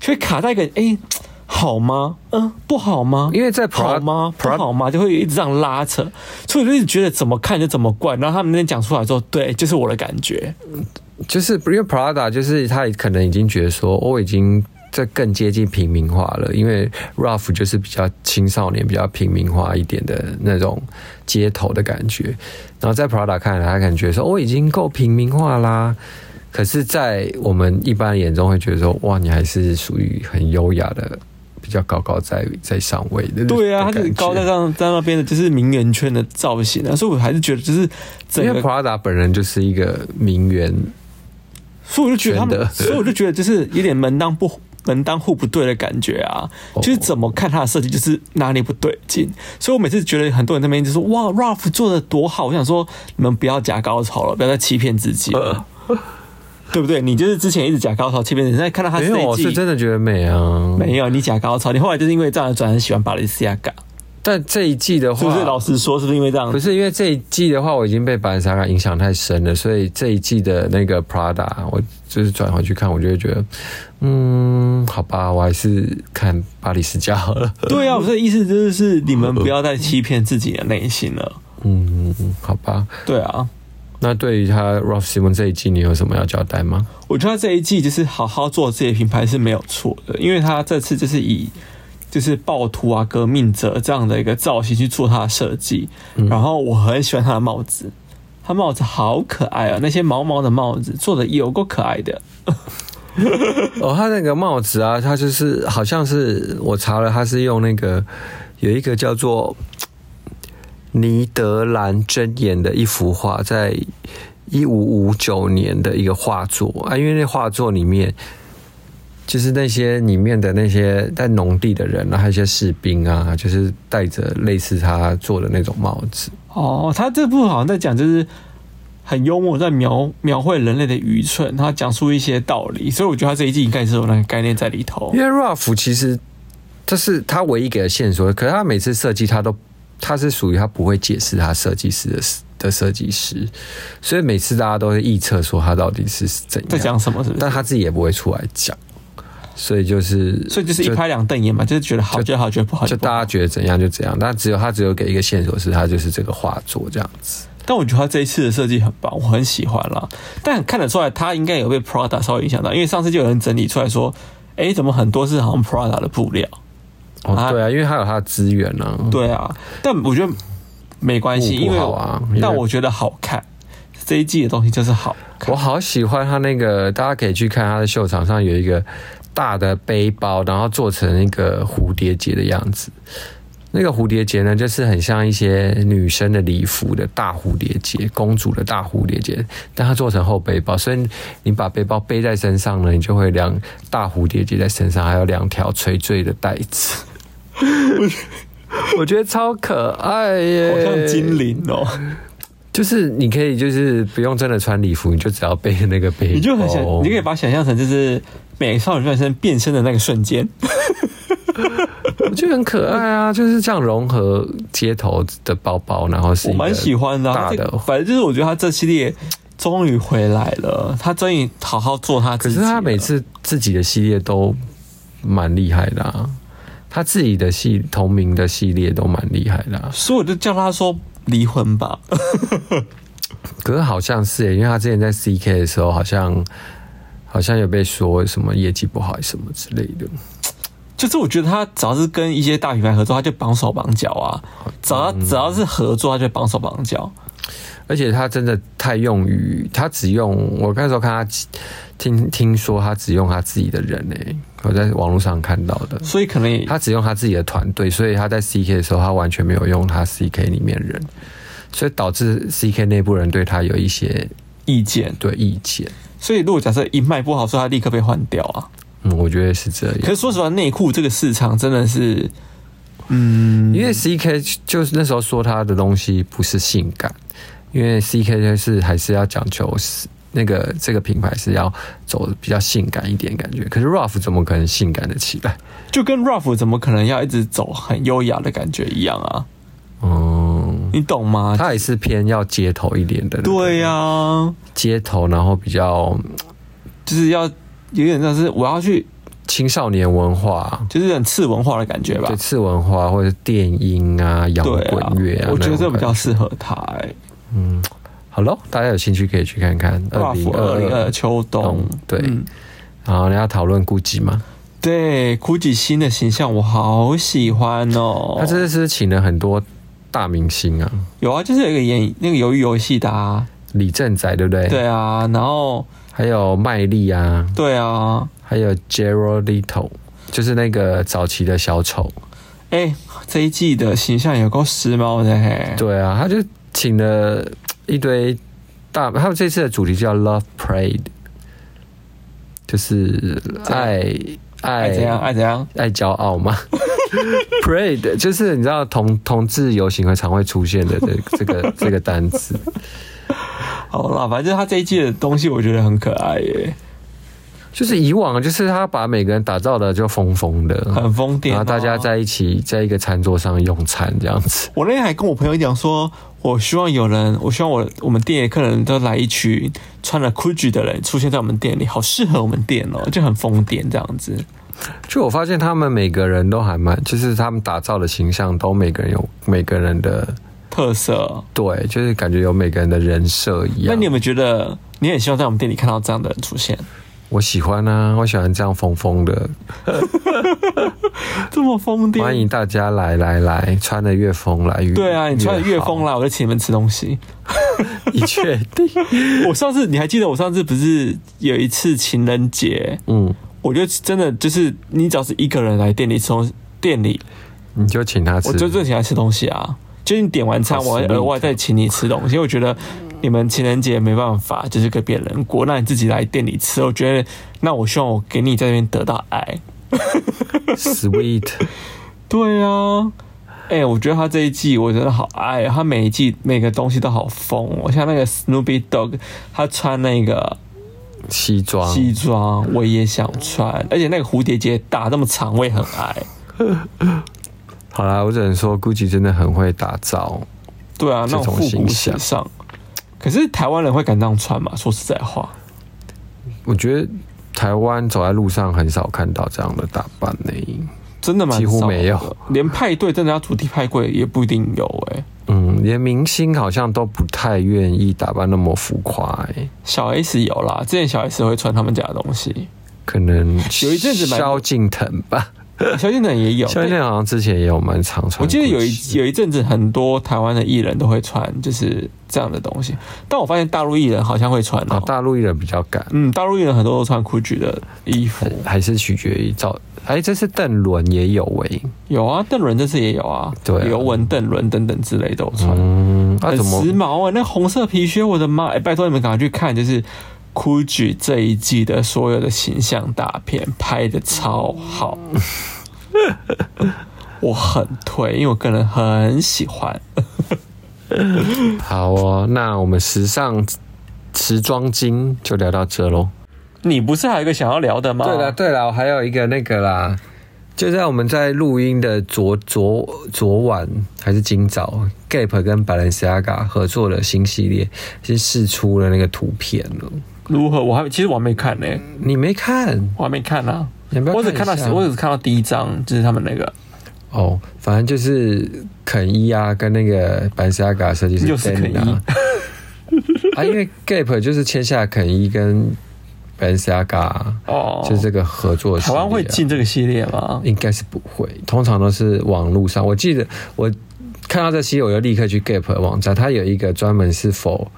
A: 就会卡在一个哎、诶好吗？嗯，不好吗？
C: 因为在 Prada-
A: 好吗？不
C: Prada-
A: 好吗？就会一直这样拉扯，所以我就一直觉得怎么看就怎么怪。然后他们那天讲出来之后，对，就是我的感觉。
C: 就是因为 Prada，就是他可能已经觉得说，哦我已经这更接近平民化了，因为 Ralph 就是比较青少年、比较平民化一点的那种街头的感觉。然后在 Prada 看来，他感觉说，我已经够平民化啦。可是，在我们一般眼中会觉得说，哇，你还是属于很优雅的，比较高高在在上位的。
A: 对啊，
C: 的
A: 他就是
C: 感觉
A: 高在上在那边的，就是名媛圈的造型啊，所以我还是觉得就是整
C: 因
A: 个
C: 为 Prada 本人就是一个名媛，
A: 所以我就觉得他
C: 真
A: 们
C: 的，
A: 所以我就觉得就是有点门当不门当户不对的感觉啊，
C: 哦
A: 就是怎么看他的设计就是哪里不对劲。所以我每次觉得很多人在那边就说哇，Ralph 做的多好，我想说你们不要假高潮了，不要再欺骗自己了。
C: 呃
A: 对不对？你就是之前一直假高潮欺骗人，现在看到他
C: 没
A: 这
C: 有，
A: 一
C: 我是
A: 季
C: 真的觉得美啊。
A: 没有你假高潮，你后来就是因为这样转而喜欢巴黎西亚港，
C: 但这一季的
A: 是
C: 话，
A: 不是？老实说，是不是因为这样
C: 不？是因为这一季的话，我已经被白莎影响太深了，所以这一季的那个 Prada，我就是转回去看，我就会觉得，嗯，好吧，我还是看巴黎世家好了。
A: 对啊，我的意思就是你们不要再欺骗自己的内心了。
C: 嗯，好吧。
A: 对啊，
C: 那对于他 Ralph Simon 这一季，你有什么要交代吗？
A: 我觉得他这一季就是好好做自己的品牌是没有错的，因为他这次就是以就是暴徒啊、革命者这样的一个造型去做他的设计。然后我很喜欢他的帽子，他帽子好可爱啊，那些毛毛的帽子做的有够可爱的。
C: 哦，他那个帽子啊，他就是好像是我查了，他是用那个有一个叫做尼德兰箴言的一幅画，在一五五九年的一个画作啊，因为那画作里面。就是那些里面的那些在农地的人啊，还有一些士兵啊，就是戴着类似他做的那种帽子。
A: 哦，他这部好像在讲就是很幽默，在描描绘人类的愚蠢，他讲述一些道理，所以我觉得他这一季应该是有那个概念在里 头
C: 因。为 Ralph 其实这是他唯一给的线索，可是他每次设计他都他是属于他不会解释他设计师的的设计师，所以每次大家都会臆测说他到底是怎
A: 在
C: 样，
A: 讲什么是不是
C: 但？他自己也不会出来讲，所以就是
A: 所以就是一拍两瞪眼嘛，就是觉得好就好，觉得不好
C: 就
A: 就不好
C: 大家觉得怎样就怎样，但只有他只有给一个线索是他就是这个画作这样子，
A: 但我觉得他这一次的设计很棒，我很喜欢啦。但看得出来，他应该有被 Prada 稍微影响到，因为上次就有人整理出来说，诶，怎么很多是好像 Prada 的布料？
C: 哦，对啊，因为它有它的资源啊。
A: 对啊，但我觉得没关系，
C: 不
A: 因
C: 不
A: 为
C: 好啊因为
A: 但我觉得好看，这一季的东西就是好看。
C: 我好喜欢他那个，大家可以去看他的秀场上有一个大的背包，然后做成一个蝴蝶结的样子。那个蝴蝶结呢，就是很像一些女生的礼服的大蝴蝶结，公主的大蝴蝶结，但它做成后背包，所以你把背包背在身上呢，你就会两大蝴蝶结在身上，还有两条垂坠的带子。 我觉得超可爱耶，
A: 好像精灵哦、
C: 就是你可以就是不用真的穿礼服，你就只要背那个背包，
A: 你就很想，
C: 哦
A: 你可以把它想象成就是美少女战士变身的那个瞬间。
C: 我觉得很可爱啊，就是这样融合街头的包包，然后是
A: 我蛮喜欢的、啊，
C: 大
A: 这
C: 的
A: 个，反正就是我觉得他这系列终于回来了，他终于好好做他自
C: 可
A: 己啊
C: 是
A: 了。
C: 他每次自己的系列都蛮厉害的啊，他自己的系同名的系列都蛮厉害的、啊，
A: 所以我就叫他说离婚吧。
C: 可是好像是耶、欸因为他之前在 CK 的时候，好像好像有被说什么业绩不好什么之类的，
A: 就是我觉得他只要是跟一些大品牌合作，他就绑手绑脚啊；只要
C: 嗯
A: 只要是合作，他就绑手绑脚。
C: 而且他真的太用于他只用我那时候看他听听说他只用他自己的人诶、我在网络上看到的。
A: 所以可能也
C: 他只用他自己的团队，所以他在 CK 的时候，他完全没有用他 CK 里面人，所以导致 CK 内部人对他有一些
A: 意见。
C: 对意见。
A: 所以如果假设一卖不好，所以他立刻被换掉啊。
C: 嗯，我觉得是这
A: 可
C: 样，
A: 是说实话，内裤这个市场真的是嗯
C: 因为 CK 就是那时候说他的东西不是性感，因为 CK 就是还是要讲求是那个这个品牌是要走比较性感一点感觉，可是 Ralph 怎么可能性感的起来？
A: 就跟 Ruff 怎么可能要一直走很优雅的感觉一样啊？
C: 嗯，
A: 你懂吗？
C: 他也是偏要街头一点的那种，
A: 对呀、啊
C: 街头然后比较
A: 就是要有点像是我要去，
C: 青少年文化，
A: 就是很次文化的感觉吧
C: 对。次文化或者电音啊、摇
A: 对啊
C: 滚乐啊，
A: 我觉得
C: 那
A: 这
C: 种
A: 比较
C: 感觉
A: 适合他、欸。
C: 好咯，大家有兴趣可以去看看二
A: Ruff
C: 零
A: 二零
C: 二
A: 二
C: 二。
A: 呃秋冬，
C: 对
A: 嗯
C: 然后你要讨论估计吗？
A: 对，GUCCI 新的形象我好喜欢哦。
C: 他这次请了很多大明星啊，
A: 有啊，就是有一个演那个鱿鱼游戏的啊，
C: 李正宰对不对？，
A: 对啊，然后
C: 还有麦莉啊，
A: 对啊，
C: 还有 Gerald Little，就是那个早期的小丑。
A: 哎、这一季的形象有够时髦的嘿。
C: 对啊，他就请了一堆大，他们这次的主题叫 Love Parade，就是爱
A: 爱
C: 爱
A: 怎样爱怎样，
C: 爱骄傲吗 ？Parade 就是你知道同同志游行会常会出现的这这个这个单词。
A: 好啦，反正他这一季的东西我觉得很可爱耶，
C: 就是以往就是他把每个人打造的就疯疯的，
A: 很疯癫、哦
C: 然后大家。在一起在一个餐桌上用餐这样子。
A: 我那天还跟我朋友讲说，我希望有人，我希望我我们店里客人都来一群穿了 Gucci 的人出现在我们店里，好适合我们店哦，就很疯癫这样子。
C: 就我发现他们每个人都还蛮，就是他们打造的形象都每个人有每个人的
A: 特色。
C: 对，就是感觉有每个人的人设一样。
A: 那你有没有觉得你很希望在我们店里看到这样的人出现？
C: 我喜欢啊，我喜欢这样疯疯的，
A: 这么疯癫？
C: 欢迎大家来来来，穿的越疯来越
A: 对啊，你穿的越疯
C: 好，
A: 啦，我就请你们吃东西。
C: 你确 定？
A: 我上次你还记得我上次不是有一次情人节，
C: 嗯。
A: 我就真的就是你只要是一个人来店里吃东店里，
C: 你就请他吃。
A: 我就最喜欢吃东西啊。就是你点完餐，
C: 好
A: 我还
C: 实力
A: 额外再请你吃东西，因为我觉得你们情人节没办法，就是跟别人过，那你自己来店里吃，我觉得那我希望我给你在那边得到爱。
C: sweet，
A: 对啊，哎、我觉得他这一季我真的好爱哦，他每一季每个东西都好疯哦，像那个 Snoopy Dog，他穿那个
C: 西装
A: 西装，我也想穿，而且那个蝴蝶结打那么长，我也很爱。
C: 好啦，我只能说 Gucci 真的很会打造。
A: 对啊，那
C: 这
A: 种
C: 种
A: 复古
C: 形
A: 时
C: 象
A: 尚，可是台湾人会敢这样穿吗？说实在话，
C: 我觉得台湾走在路上很少看到这样的打扮呢、
A: 真的蛮
C: 几乎
A: 少
C: 没
A: 的
C: 有，
A: 连派对真的要主题派对也不一定有哎、
C: 嗯，连明星好像都不太愿意打扮那么浮夸、欸，
A: 小 S 有啦，之前小 S 会穿他们家的东 西，
C: 可能
A: 有一阵子蛮
C: 萧敬腾吧，
A: 萧敬腾也有。
C: 萧敬
A: 但
C: 腾好像之前也有蛮常穿。
A: 我记得有一有一阵子，很多台湾的艺人都会穿就是这样的东西，但我发现大陆艺人好像会穿哦、
C: 啊，大陆艺人比较敢，
A: 嗯，大陆艺人很多都穿 GUCCI 的衣服，
C: 还是取决于照。哎，这次邓伦也有欸喂、
A: 有啊，邓伦这次也有啊，
C: 对啊
A: 刘雯、邓伦等等之类都有穿。
C: 嗯，啊
A: 很
C: 怎么
A: 时髦啊！那红色皮靴，我的妈！哎、拜托你们赶快去看，就是 GUCCI 这一季的所有的形象大片，拍的超 好。我很推，因为我个人很喜欢。
C: 好哦？那我们时尚时装精就聊到这喽。
A: 你不是还有一个想要聊的吗？
C: 对了对了，我还有一个那个啦，就在我们在录音的昨昨昨晚还是今早，Gap 跟 Balenciaga 合作的新系列已经试出了那个图片了。
A: 如何？我还其实我还没看呢、
C: 你没看？
A: 我还没看啊。
C: 你要不要
A: 我只
C: 看
A: 看
C: 一
A: 到
C: 下，
A: 我只看到第一章，就是他们那个
C: 哦，反正就是肯伊啊，跟那个班西亚嘎设计师
A: 又是肯伊
C: Danny 啊， 啊，因为 Gap 就是签下肯伊跟班西亚嘎，
A: 哦，
C: 就是这个合作、系
A: 台湾会
C: 列啊
A: 进这个系列吗？
C: 应该是不会，通常都是网络上。我记得我看到这期，我就立刻去 Gap 的网站，它有一个专门是否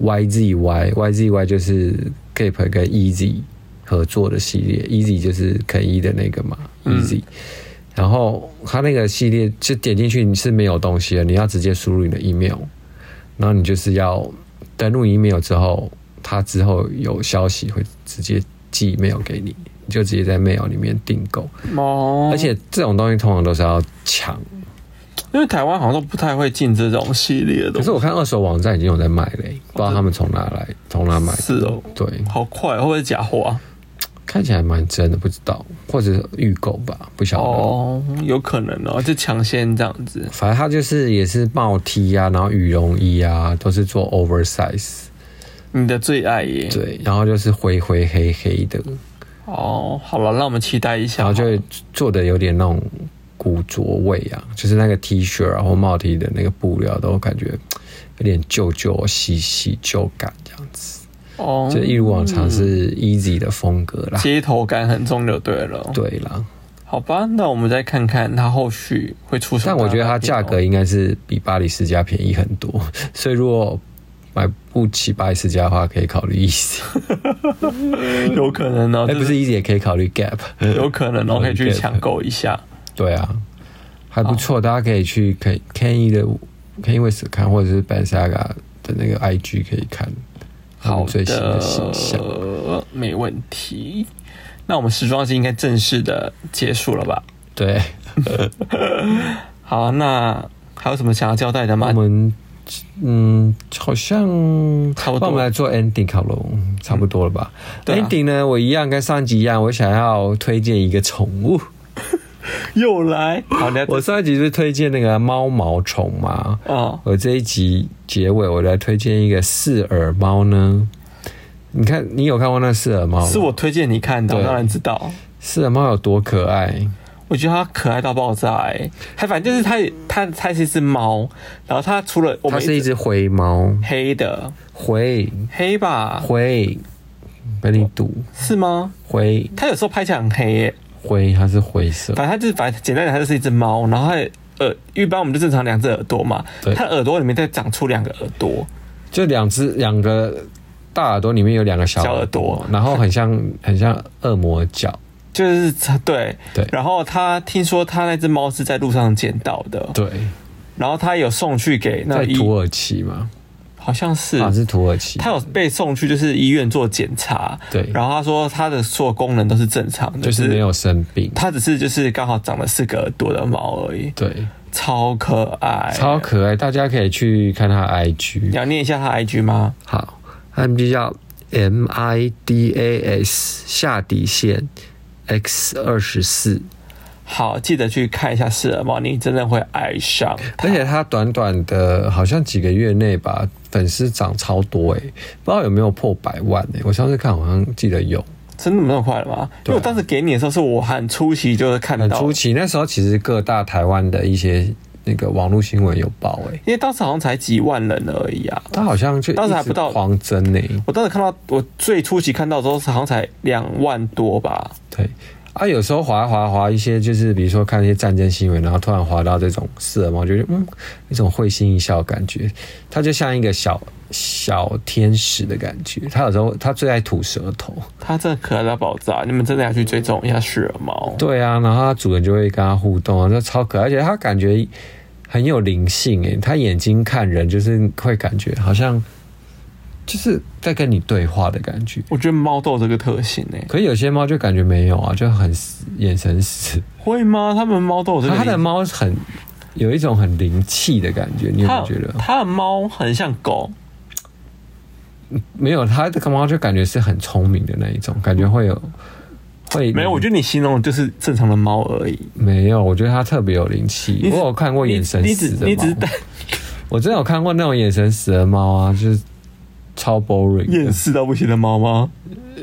C: YZY YZY 就是 Gap 跟 Easy 合作的系列，Easy 就是肯一的那个嘛、e a s y 然后它那个系列就点进去你是没有东西的，你要直接输入你的 email，然后你就是要登录 email 之后，它之后有消息会直接寄 mail 给你，你就直接在 mail 里面订购。
A: 哦，
C: 而且这种东西通常都是要抢，
A: 因为台湾好像都不太会进这种系列的东
C: 可
A: 西
C: 是我看二手网站已经有在卖嘞、不知道他们从哪来，从哪买的。
A: 是哦
C: 对，
A: 好快，会不会是假货啊？
C: 看起来蛮真的，不知道，或者是预购吧，不晓得。
A: 哦，有可能哦，就抢先这样子。
C: 反正它就是也是帽 T 啊，然后羽绒衣啊，都是做 oversize，
A: 你的最爱耶。
C: 对，然后就是灰灰黑黑的，
A: 哦，好了，让我们期待一下。
C: 然后就会做的有点那种古着味啊，就是那个 T 恤啊或帽 T 的那个布料都感觉有点旧旧兮兮旧感这样子。
A: 哦，
C: 就一如往常是 easy 的风格啦。
A: 街头感很重就对了。
C: 对啦，
A: 好吧，那我们再看看它后续会出什么样
C: 但
A: 的
C: 我
A: 大
C: 觉
A: 片哦。
C: 得它价格应该是比巴黎世家便宜很多，所以如果买不起巴黎世家的话，可以考虑 easy，
A: 有可能哦，
C: 哎、
A: 就
C: 不是呃 easy 也可以考虑 gap。
A: 有可能 哦，可以去
C: Gap
A: 抢购一下。
C: 对啊，还不错，大家可以去 K K E 的 K E West 看，或者是 Balenciaga 的那个 IG 可以看他
A: 好
C: 们最新的形象。
A: 的，没问题。那我们时装季应该正式的结束了吧？
C: 对，
A: 好，那还有什么想要交代的吗
C: 我？们嗯，好像
A: 差不多
C: 那我们来做 ending 好了，差不多了吧、
A: 对啊
C: ending 呢，我一样跟上集一样，我想要推荐一个宠物。
A: 又来，好，你要
C: 我上一集不是推荐那个猫毛虫吗？
A: 哦，
C: 我这一集结尾我来推荐一个四耳猫呢。你看，你有看过那四耳猫吗？
A: 是我推荐你看的，
C: 哦对
A: 我当然知道。
C: 四耳猫有多可爱？
A: 我觉得它可爱到爆炸、欸，它反正就是它，它它是一只猫，然后它除了我
C: 它
A: 们
C: 是
A: 一
C: 一
A: 直
C: 只灰猫，
A: 黑的
C: 灰
A: 黑吧，
C: 灰，跟你赌
A: 是吗？
C: 灰
A: 它有时候拍起来很黑、欸，
C: 灰，它是灰色。
A: 反正它就是反正简单点，它就是一只猫，然后它。耳一般我们就正常两只耳朵嘛，
C: 对
A: 它耳朵里面再长出两个耳朵，
C: 就两只两个大耳朵里面有两个小
A: 小耳
C: 耳
A: 朵
C: 朵，然后很像 很像恶魔角，
A: 就是对
C: 对
A: 然后他听说他那只猫是在路上捡到的，
C: 对，
A: 然后他有送去给那
C: 在
A: 医，
C: 土耳其嘛，
A: 好像是
C: 啊是土耳其，
A: 他有被送去就是医院做检查，
C: 对
A: 然后他说他的所有功能都是正常的，
C: 就是没有生病，
A: 他只是就是刚好长了四个耳朵的猫而已，
C: 对，
A: 超可爱，
C: 超可爱，大家可以去看他的
A: 你
C: IG，
A: 要念一下他 IG 吗？
C: 好，IG 叫 M I D A S 下底线 X 二十四，
A: 好，记得去看一下四耳猫，你真的会爱上它
C: 而且他短短的好像几个月内吧，粉丝涨超多诶、不知道有没有破百万诶、我上次看好像记得有。
A: 真的那么快了吗？因为我当时给你的时候，是我很出奇就是看
C: 啊很
A: 到
C: 出，奇。那时候其实各大台湾的一些那个网络新闻有报、欸，哎，
A: 因为当时好像才几万人而已啊。
C: 他好像就
A: 当时还
C: 一直
A: 不到
C: 狂增欸呢、
A: 我当时看到，我最初期看到的时候，好像才两万多吧。
C: 对啊，有时候滑滑滑一些，就是比如说看一些战争新闻，然后突然滑到这种色盲，我觉得嗯，一种会心一笑的感觉。他就像一个小小天使的感觉。他有时候他最爱吐舌头，
A: 它真的可爱到爆炸，你们真的要去追踪一下视耳猫。
C: 对啊，然后他主人就会跟他互动啊，那超可爱，而且他感觉很有灵性诶，他眼睛看人就是会感觉好像就是在跟你对话的感觉。
A: 我觉得猫都有这个特性欸诶、
C: 可是有些猫就感觉没有啊，就很死眼神死。
A: 会吗？它们猫都有这个灵。
C: 它的猫很有一种很灵气的感觉，你有没
A: 它，
C: 有觉得？
A: 它的猫很像狗，
C: 没有，它这个猫就感觉是很聪明的那一种，感觉会有会
A: 没有，我觉得你形容的就是正常的猫而已。
C: 没有，我觉得它特别有灵气。
A: 你只
C: 我有看过眼神
A: 你你
C: 死
A: 只
C: 的
A: 你只
C: 猫，我真的有看过那种眼神死的猫啊，就是超 boring，
A: 厌
C: 的
A: 世到不行的猫 吗？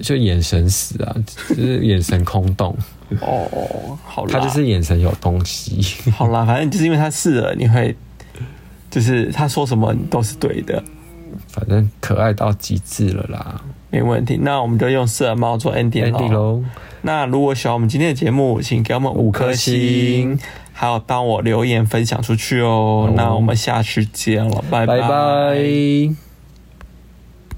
C: 就眼神死啊，就是眼神空 洞，
A: 哦，好啦，
C: 它就是 眼神有东西。
A: 好啦，反正就是因为它是了，你会就是他说什么你都是对的，
C: 反正可爱到极致了啦
A: 没问题。那我们就用视耳猫做 ending 咯
C: ，Andy 喽，
A: 那如果喜欢我们今天的节目，请给我们五颗
C: 五颗
A: 星
C: 星，
A: 还有帮我留言分享出去哦。
C: 好
A: 那我们下次见了，拜
C: 拜拜。